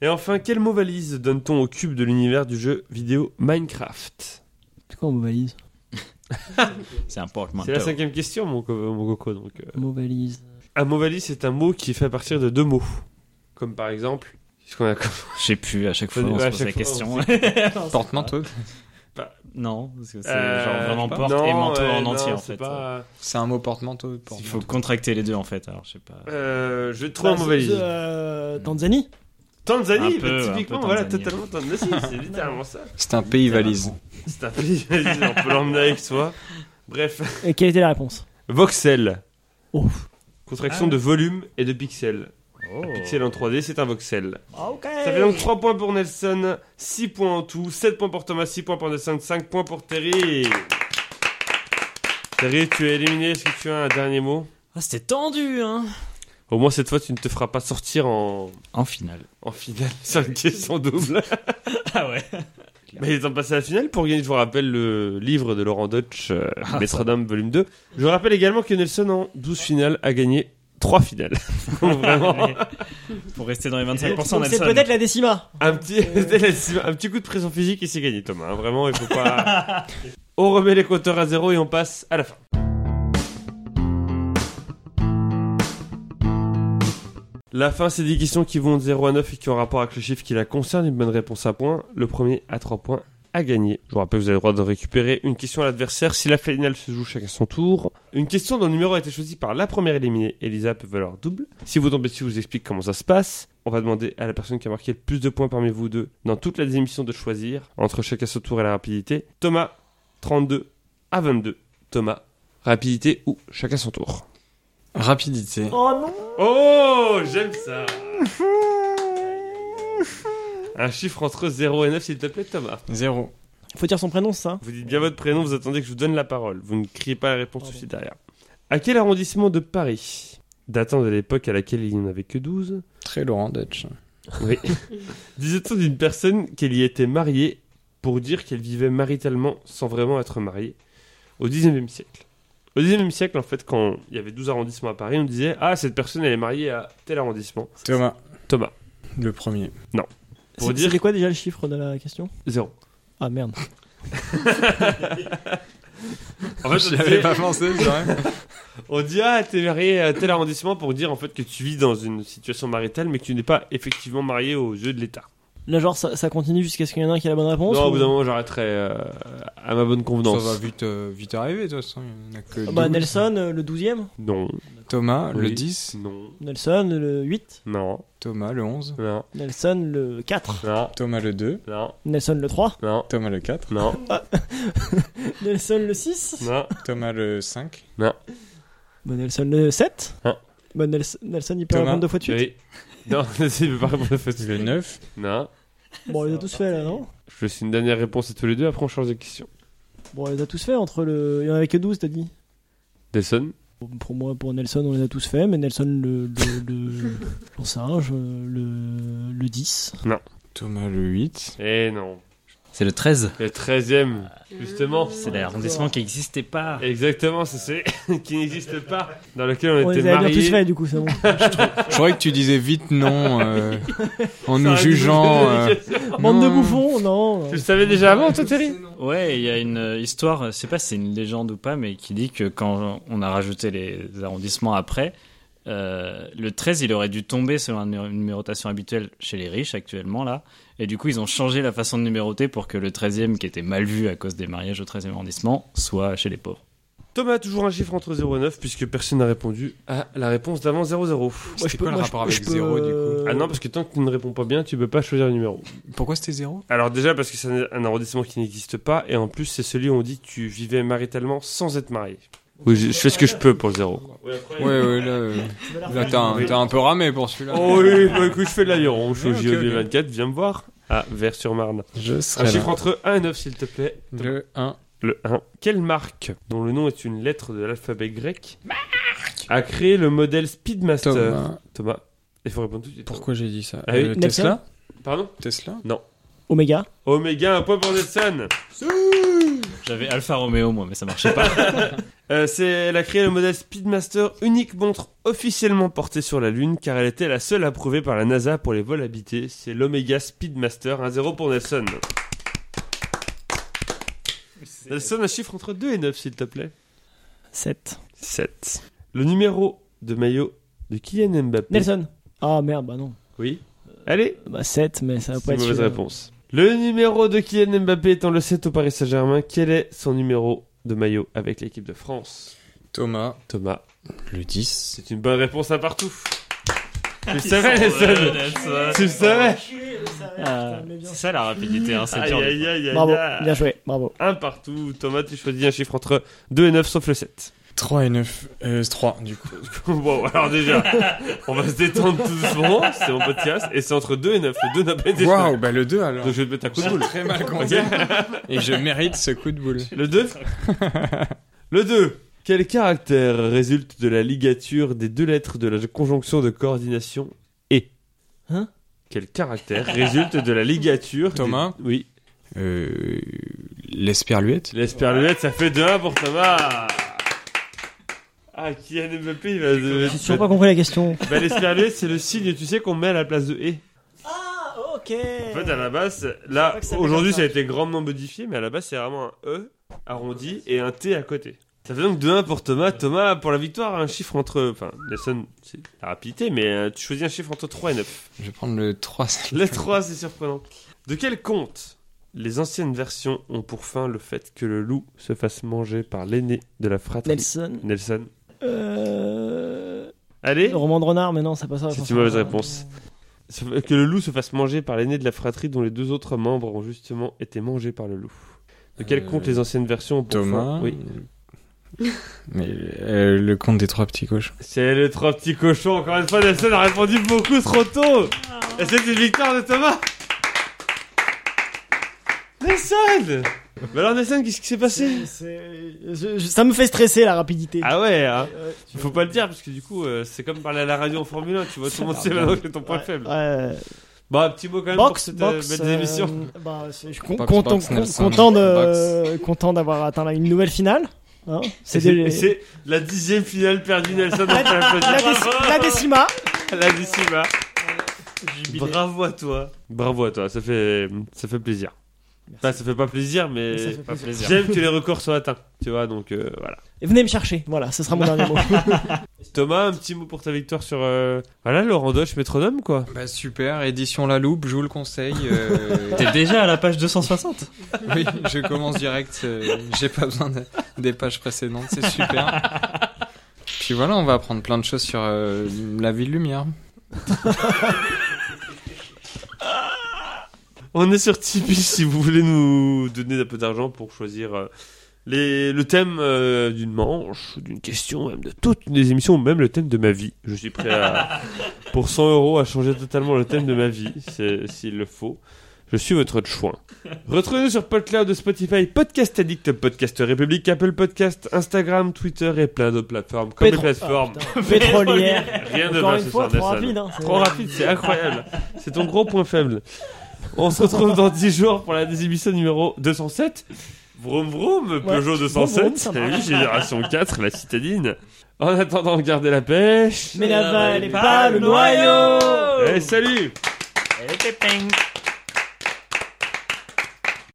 [SPEAKER 1] Et enfin, quel mot valise donne-t-on au cube de l'univers du jeu vidéo Minecraft
[SPEAKER 2] C'est quoi mon valise
[SPEAKER 6] C'est un portmanteau.
[SPEAKER 1] C'est la cinquième question, mon, co- mon Coco. Donc, euh.
[SPEAKER 2] Mon valise.
[SPEAKER 1] Un mot valise, c'est un mot qui est fait à partir de deux mots. Comme par exemple. Qu'est-ce qu'on a comme-
[SPEAKER 6] Je sais plus, à chaque fois,
[SPEAKER 1] Ouais,
[SPEAKER 6] on se
[SPEAKER 1] à
[SPEAKER 6] pose
[SPEAKER 1] chaque
[SPEAKER 6] la
[SPEAKER 1] fois,
[SPEAKER 6] question.
[SPEAKER 1] on
[SPEAKER 6] Ouais.
[SPEAKER 3] Porte-manteau.
[SPEAKER 1] Par,
[SPEAKER 6] [LAUGHS] Non, parce que c'est
[SPEAKER 1] Euh,
[SPEAKER 6] genre vraiment
[SPEAKER 1] je sais
[SPEAKER 6] porte
[SPEAKER 1] pas.
[SPEAKER 6] et
[SPEAKER 1] Non,
[SPEAKER 6] manteau
[SPEAKER 1] ouais,
[SPEAKER 6] en entier
[SPEAKER 1] non,
[SPEAKER 6] en
[SPEAKER 1] c'est
[SPEAKER 6] fait.
[SPEAKER 1] pas-
[SPEAKER 3] C'est un mot porte-manteau.
[SPEAKER 6] Il faut contracter les deux en fait, alors je sais pas.
[SPEAKER 1] Euh, je vais te trouver un
[SPEAKER 2] Bah,
[SPEAKER 1] mauvais
[SPEAKER 2] c'est-
[SPEAKER 1] livre.
[SPEAKER 2] euh, Tanzanie
[SPEAKER 1] Tanzanie,
[SPEAKER 6] Un peu,
[SPEAKER 1] bah,
[SPEAKER 6] un
[SPEAKER 1] typiquement,
[SPEAKER 6] peu
[SPEAKER 1] voilà,
[SPEAKER 6] Tanzanie.
[SPEAKER 1] totalement Tanzanie,
[SPEAKER 6] [LAUGHS]
[SPEAKER 1] c'est littéralement ça.
[SPEAKER 3] C'est un pays valise.
[SPEAKER 1] C'est un pays, [LAUGHS] vas-y, on peut l'emmener avec soi. Bref,
[SPEAKER 2] Et quelle était la réponse
[SPEAKER 1] voxel.
[SPEAKER 2] Ouf.
[SPEAKER 1] Contraction de volume et de pixels.
[SPEAKER 6] Oh.
[SPEAKER 1] Un Pixel en 3D, c'est un voxel.
[SPEAKER 2] Ok
[SPEAKER 1] Ça fait donc 3 points pour Nelson, 6 points en tout, 7 points pour Thomas, 6 points pour Nelson, 5 points pour Terry. Terry, tu es éliminé. Est-ce que tu as un dernier mot
[SPEAKER 6] Ah, c'était tendu, hein
[SPEAKER 1] Au moins, cette fois, tu ne te feras pas sortir en,
[SPEAKER 6] En finale.
[SPEAKER 1] en finale [LAUGHS] sur une question double.
[SPEAKER 6] [LAUGHS] Ah ouais
[SPEAKER 1] [LAUGHS] Mais il est temps de passer à la finale pour gagner, je vous rappelle, le livre de Laurent Deutsch, euh,
[SPEAKER 6] Ah,
[SPEAKER 1] Maître-Dame, volume 2. Je rappelle également que Nelson, en 12 finales, a gagné 3 finales. [LAUGHS] Donc, Vraiment,
[SPEAKER 6] Pour rester dans les 25%,
[SPEAKER 2] Donc,
[SPEAKER 6] Nelson.
[SPEAKER 2] C'est peut-être la décima.
[SPEAKER 1] un petit, [LAUGHS] un petit coup de pression physique et c'est gagné, Thomas. hein. Vraiment, il faut pas... on remet les compteurs à zéro et on passe à la fin. La fin, c'est 10 questions qui vont de 0 à 9 et qui ont rapport avec le chiffre qui la concerne. Une bonne réponse à points. Le premier à 3 points à gagner. Je vous rappelle, vous avez le droit de récupérer une question à l'adversaire si la finale se joue chacun son tour. Une question dont le numéro a été choisi par la première éliminée, Elisa, peut valoir double. Si vous tombez dessus, je vous explique comment ça se passe. On va demander à la personne qui a marqué le plus de points parmi vous deux dans toute la émissions de choisir entre chacun son tour et la rapidité. Thomas, 32 à 22. Thomas, rapidité ou chacun son tour.
[SPEAKER 3] Rapidité.
[SPEAKER 2] Oh non
[SPEAKER 1] Oh, j'aime ça. Un chiffre entre 0 et 9, s'il te plaît, Thomas.
[SPEAKER 3] Zéro.
[SPEAKER 2] Faut dire son prénom, c'est ça
[SPEAKER 1] Vous dites bien votre prénom, vous attendez que je vous donne la parole. Vous ne criez pas la réponse aussi derrière. À quel arrondissement de Paris, datant de l'époque à laquelle il n'y en avait que 12,
[SPEAKER 3] Très Laurent Dutch.
[SPEAKER 1] oui, disait-on d'une personne qu'elle y était mariée pour dire qu'elle vivait maritalement sans vraiment être mariée au 19e siècle Au 19e siècle, en fait, quand il y avait 12 arrondissements à Paris, on disait Ah, cette personne, elle est mariée à tel arrondissement.
[SPEAKER 3] Thomas.
[SPEAKER 1] Thomas.
[SPEAKER 3] Le premier.
[SPEAKER 1] Pour
[SPEAKER 2] C'est-
[SPEAKER 1] dire-
[SPEAKER 2] C'était quoi déjà le chiffre de la question
[SPEAKER 1] Zéro.
[SPEAKER 2] Ah merde.
[SPEAKER 1] En fait,
[SPEAKER 3] [LAUGHS] Je
[SPEAKER 1] on
[SPEAKER 3] l'avais
[SPEAKER 1] disait,
[SPEAKER 3] pas pensé,
[SPEAKER 1] [LAUGHS]
[SPEAKER 3] c'est vrai.
[SPEAKER 1] on dit ah t'es marié à tel arrondissement pour dire en fait que tu vis dans une situation maritale mais que tu n'es pas effectivement marié aux yeux de l'État.
[SPEAKER 2] Là, genre, ça, ça continue jusqu'à ce qu'il y en ait un qui a la bonne réponse
[SPEAKER 1] Non, au
[SPEAKER 2] ou-
[SPEAKER 1] bout d'un moment j'arrêterai euh, à ma bonne
[SPEAKER 3] Ça
[SPEAKER 1] convenance.
[SPEAKER 3] va vite, euh, vite arriver, de toute façon. il y en a que
[SPEAKER 2] Ah bah,
[SPEAKER 3] deux.
[SPEAKER 2] Nelson, euh, le 12ème.
[SPEAKER 1] Non,
[SPEAKER 3] Thomas, le
[SPEAKER 1] Oui.
[SPEAKER 3] 10.
[SPEAKER 1] non,
[SPEAKER 2] Nelson, le 8.
[SPEAKER 1] non,
[SPEAKER 3] Thomas, le 11.
[SPEAKER 1] non,
[SPEAKER 2] Nelson, le 4.
[SPEAKER 1] non,
[SPEAKER 3] Thomas, le 2.
[SPEAKER 1] non,
[SPEAKER 2] Nelson, le 3.
[SPEAKER 3] [LAUGHS]
[SPEAKER 1] non,
[SPEAKER 3] Thomas,
[SPEAKER 1] [LAUGHS]
[SPEAKER 3] le 4.
[SPEAKER 1] non,
[SPEAKER 2] Nelson, le 6.
[SPEAKER 1] non.
[SPEAKER 3] Thomas, le 5.
[SPEAKER 2] Bah, Nelson, le 7.
[SPEAKER 1] Hein.
[SPEAKER 2] Bah, Nelson, Nelson, il peut
[SPEAKER 3] Thomas,
[SPEAKER 2] répondre deux fois de suite.
[SPEAKER 1] Oui. [LAUGHS] Non, vas-y, mais par contre, faut-
[SPEAKER 3] Le 9.
[SPEAKER 1] Non.
[SPEAKER 2] Bon, on les a tous fait là, non
[SPEAKER 1] Je vous laisse une dernière réponse à tous les deux, après on change de question.
[SPEAKER 2] Bon, on les a tous fait entre le. Il y en avait que 12, t'as dit
[SPEAKER 1] Desson
[SPEAKER 2] Bon, Pour moi, pour Nelson, on les a tous fait, mais Nelson, le. le, le... j'en sais rien, je- le, le 10.
[SPEAKER 3] Thomas, le 8.
[SPEAKER 1] Eh non.
[SPEAKER 6] C'est le 13.
[SPEAKER 1] Le 13 e
[SPEAKER 2] Ah. Mmh.
[SPEAKER 1] justement.
[SPEAKER 6] C'est l'arrondissement qui n'existait pas.
[SPEAKER 1] Exactement, c'est celui [LAUGHS] qui n'existe pas, dans lequel on,
[SPEAKER 2] on
[SPEAKER 1] était
[SPEAKER 2] les a bien tous
[SPEAKER 1] mariés.
[SPEAKER 2] fait, du coup, c'est bon.
[SPEAKER 3] Je croyais que tu disais vite non euh,
[SPEAKER 1] [LAUGHS]
[SPEAKER 3] en nous
[SPEAKER 1] Ça aurait été
[SPEAKER 3] jugeant.
[SPEAKER 1] une
[SPEAKER 3] euh,
[SPEAKER 1] question.
[SPEAKER 2] Bande de
[SPEAKER 3] non.
[SPEAKER 2] bouffons, non
[SPEAKER 1] Tu le savais déjà avant, toi, Thierry
[SPEAKER 6] Ouais, il y a une euh, histoire, euh, je sais pas si c'est une légende ou pas, mais qui dit que quand on a rajouté les arrondissements après, euh, le 13, il aurait dû tomber selon une numérotation habituelle chez les riches actuellement, là. Et du coup, ils ont changé la façon de numéroter pour que le 13e, qui était mal vu à cause des mariages au 13e arrondissement, soit chez les pauvres.
[SPEAKER 1] Thomas a toujours un chiffre entre 0 et 9 puisque personne n'a répondu à la réponse d'avant 0-0.
[SPEAKER 2] Euh.
[SPEAKER 3] C'était quoi le rapport avec zéro,
[SPEAKER 2] zéro
[SPEAKER 3] du coup
[SPEAKER 1] Ah non, parce que tant que tu ne réponds pas bien, tu peux pas choisir le numéro.
[SPEAKER 3] Pourquoi c'était 0
[SPEAKER 1] Alors déjà parce que c'est un- un arrondissement qui n'existe pas et en plus c'est celui où on dit que tu vivais maritalement sans être marié. Oui, je, je fais ce que je peux pour le 0.
[SPEAKER 3] Ouais, ouais, là, euh, là, t'as un, t'as un peu ramé pour celui-là.
[SPEAKER 1] Oh oui, bah écoute, je fais de l'aviron, je suis au
[SPEAKER 3] Ok,
[SPEAKER 1] JO
[SPEAKER 3] ok.
[SPEAKER 1] 24, viens me voir Ah, à Vers-sur-Marne.
[SPEAKER 3] Je
[SPEAKER 1] Un
[SPEAKER 3] serai
[SPEAKER 1] chiffre entre 1 et 9 s'il te plaît.
[SPEAKER 3] Le 1.
[SPEAKER 1] Le 1. Quelle marque, dont le nom est une lettre de l'alphabet grec, a créé le modèle Speedmaster
[SPEAKER 3] Thomas.
[SPEAKER 1] Thomas, il faut répondre tout de suite.
[SPEAKER 3] Pourquoi j'ai dit ça
[SPEAKER 1] Ah oui.
[SPEAKER 3] Euh, Tesla
[SPEAKER 1] Pardon
[SPEAKER 3] Tesla
[SPEAKER 2] Oméga.
[SPEAKER 1] Oméga, un point pour Nelson
[SPEAKER 6] J'avais Alpha Romeo, moi, mais ça marchait [LAUGHS] pas.
[SPEAKER 1] Euh, c'est, elle a créé le modèle Speedmaster, unique montre officiellement portée sur la Lune, car elle était la seule approuvée par la NASA pour les vols habités. C'est l'Omega Speedmaster, 1-0 pour Nelson. Nelson, un chiffre entre 2 et 9, s'il te plaît.
[SPEAKER 2] 7.
[SPEAKER 1] 7. Le numéro de maillot de Kylian Mbappé.
[SPEAKER 2] Nelson. Ah merde, bah non.
[SPEAKER 1] Oui. Allez,
[SPEAKER 2] Bah 7, mais ça va
[SPEAKER 1] c'est
[SPEAKER 2] pas
[SPEAKER 1] une
[SPEAKER 2] être.
[SPEAKER 1] mauvaise
[SPEAKER 2] celui-là.
[SPEAKER 1] réponse. Le numéro de Kylian Mbappé étant le 7 au Paris Saint-Germain, quel est son numéro de maillot avec l'équipe de France
[SPEAKER 3] Thomas,
[SPEAKER 1] Thomas,
[SPEAKER 3] le 10.
[SPEAKER 1] c'est une bonne réponse à partout. Tu le savais, Nelson Tu le savais
[SPEAKER 6] C'est ça la rapidité, hein, c'est
[SPEAKER 1] Aïe,
[SPEAKER 6] dur.
[SPEAKER 1] aïe, aïe, aïe,
[SPEAKER 2] Ah, Bravo,
[SPEAKER 1] aïe.
[SPEAKER 2] bien joué, bravo.
[SPEAKER 1] Un partout. Thomas, tu choisis un chiffre entre 2 et 9 sauf le 7.
[SPEAKER 3] 3 et 9. Euh, 3, du coup.
[SPEAKER 1] [LAUGHS] bon, alors [LAUGHS] déjà, on va se détendre tout doucement. C'est mon podcast. Et c'est entre 2 et 9. Le 2 n'a pas été
[SPEAKER 3] Waouh, bah le 2 alors.
[SPEAKER 1] Donc je vais te mettre un coup de boule.
[SPEAKER 3] très
[SPEAKER 1] [LAUGHS]
[SPEAKER 3] mal
[SPEAKER 1] Ok.
[SPEAKER 3] compté. [LAUGHS] Et je mérite ce coup de boule.
[SPEAKER 1] Le [LAUGHS] 2 Le 2 Quel caractère résulte de la ligature des deux lettres de la conjonction de coordination et
[SPEAKER 2] Hein
[SPEAKER 1] Quel caractère résulte de la ligature des-
[SPEAKER 3] Thomas
[SPEAKER 1] Oui.
[SPEAKER 3] Euh, L'esperluette
[SPEAKER 1] L'esperluette, ça fait 2-1 pour Thomas Ah, Kylian Mbappé, il va...
[SPEAKER 2] J'ai toujours pas compris la question.
[SPEAKER 1] Bah, l'esperluette, c'est le signe, tu sais, qu'on met à la place de E. « et
[SPEAKER 2] Ah, ok. ».
[SPEAKER 1] En fait, à la base,
[SPEAKER 2] Je
[SPEAKER 1] là,
[SPEAKER 2] crois que ça fait
[SPEAKER 1] aujourd'hui, ça
[SPEAKER 2] comme ça.
[SPEAKER 1] a été grandement modifié, mais à la base, c'est vraiment un « e » arrondi et un « t » à côté. Ça fait donc 2-1 pour Thomas. Thomas, pour la victoire, un chiffre entre... Enfin, Nelson, c'est la rapidité, mais euh, tu choisis un chiffre entre 3 et 9.
[SPEAKER 3] Je vais prendre le 3.
[SPEAKER 1] Le 3, c'est surprenant. De quel conte les anciennes versions ont pour fin le fait que le loup se fasse manger par l'aîné de la fratrie
[SPEAKER 2] Nelson.
[SPEAKER 1] Nelson.
[SPEAKER 2] Euh...
[SPEAKER 1] Allez
[SPEAKER 2] Le roman de renard, mais non, c'est pas ça. la
[SPEAKER 1] C'est
[SPEAKER 2] réponse.
[SPEAKER 1] une mauvaise réponse. Que le loup se fasse manger par l'aîné de la fratrie dont les deux autres membres ont justement été mangés par le loup. De quel
[SPEAKER 3] Euh,
[SPEAKER 1] compte les anciennes versions ont pour fin-
[SPEAKER 3] Thomas.
[SPEAKER 1] Oui.
[SPEAKER 3] [LAUGHS] Mais euh, le compte des trois petits cochons.
[SPEAKER 1] C'est les trois petits cochons. Encore une fois, Nelson a répondu beaucoup trop tôt.
[SPEAKER 2] Ah.
[SPEAKER 1] Et c'est une victoire de Thomas. Nelson Mais alors Nelson, qu'est-ce qui s'est passé
[SPEAKER 2] C'est- c'est- je- je- Ça me fait stresser la rapidité.
[SPEAKER 1] Ah ouais, hein.
[SPEAKER 2] Euh, tu-
[SPEAKER 1] faut pas le dire parce que du coup, euh, c'est comme parler à la radio en Formule 1. Tu vois, tout le monde
[SPEAKER 2] Ça
[SPEAKER 1] sait
[SPEAKER 2] va.
[SPEAKER 1] maintenant que c'est ton point
[SPEAKER 2] Ouais,
[SPEAKER 1] faible.
[SPEAKER 2] ouais.
[SPEAKER 1] Bon, un petit mot quand même pour
[SPEAKER 2] Box,
[SPEAKER 1] cette euh,
[SPEAKER 2] box.
[SPEAKER 1] belle
[SPEAKER 2] euh,
[SPEAKER 1] émission.
[SPEAKER 2] bah, c'est- je suis con-
[SPEAKER 3] Box,
[SPEAKER 2] content,
[SPEAKER 3] box,
[SPEAKER 2] con-
[SPEAKER 3] Nelson.
[SPEAKER 2] content de, content d'avoir atteint là une nouvelle finale. hein.
[SPEAKER 1] Et
[SPEAKER 2] c'est
[SPEAKER 1] C'est
[SPEAKER 2] des-
[SPEAKER 1] et c'est la dixième finale perdue Nelson. on peut l'applaudir.
[SPEAKER 2] la,
[SPEAKER 1] Ah,
[SPEAKER 2] déc- la décima.
[SPEAKER 1] [LAUGHS] La décima. Bravo à toi. Bravo à toi. Ça fait ça fait plaisir. Enfin, ça fait pas plaisir, mais
[SPEAKER 2] Mais ça fait pas plaisir.
[SPEAKER 1] j'aime que les records soient atteints. Tu vois, donc euh, voilà.
[SPEAKER 2] Et venez me chercher. Voilà, ce sera mon dernier mot.
[SPEAKER 1] [LAUGHS] Thomas, un petit mot pour ta victoire sur euh, voilà Laurent Doche, métronome quoi.
[SPEAKER 3] Bah super, édition La Loupe, je vous le conseille. euh,
[SPEAKER 6] T'es déjà à la page 260
[SPEAKER 3] [LAUGHS] oui, je commence direct, euh, j'ai pas besoin de- des pages précédentes, c'est super. Puis voilà, on va apprendre plein de choses sur euh, la ville lumière.
[SPEAKER 1] On est sur Tipeee [LAUGHS] si vous voulez nous donner un peu d'argent pour choisir euh, les, le thème euh, d'une manche, d'une question, même de toutes les émissions, ou même le thème de ma vie. Je suis prêt
[SPEAKER 2] [LAUGHS]
[SPEAKER 1] à, pour 100 euros à changer totalement le thème de ma vie, c'est- s'il le faut. Je suis votre choix. Retrouvez-nous sur PodCloud, Spotify, Podcast Addict, Podcast République, Apple Podcast, Instagram, Twitter et plein d'autres plateformes. Comme les
[SPEAKER 2] Pétro-
[SPEAKER 1] plateformes.
[SPEAKER 2] Ah, putain. [LAUGHS] Pétrolière.
[SPEAKER 1] Rien de
[SPEAKER 2] Encore
[SPEAKER 1] vrai
[SPEAKER 2] une
[SPEAKER 1] ce
[SPEAKER 2] fois,
[SPEAKER 1] soir, Nelson.
[SPEAKER 2] trop rapide. hein. C'est-
[SPEAKER 1] Trop rapide, c'est incroyable. C'est ton gros point faible. On se retrouve dans 10 jours pour la émission numéro 207. Vroom vroom, Peugeot
[SPEAKER 2] vroom,
[SPEAKER 1] 207,
[SPEAKER 2] ça
[SPEAKER 1] la
[SPEAKER 2] marche.
[SPEAKER 1] génération 4, la citadine. En attendant, gardez la pêche.
[SPEAKER 2] Mais la balle est pas le noyau.
[SPEAKER 1] Et salut
[SPEAKER 6] Elle était ping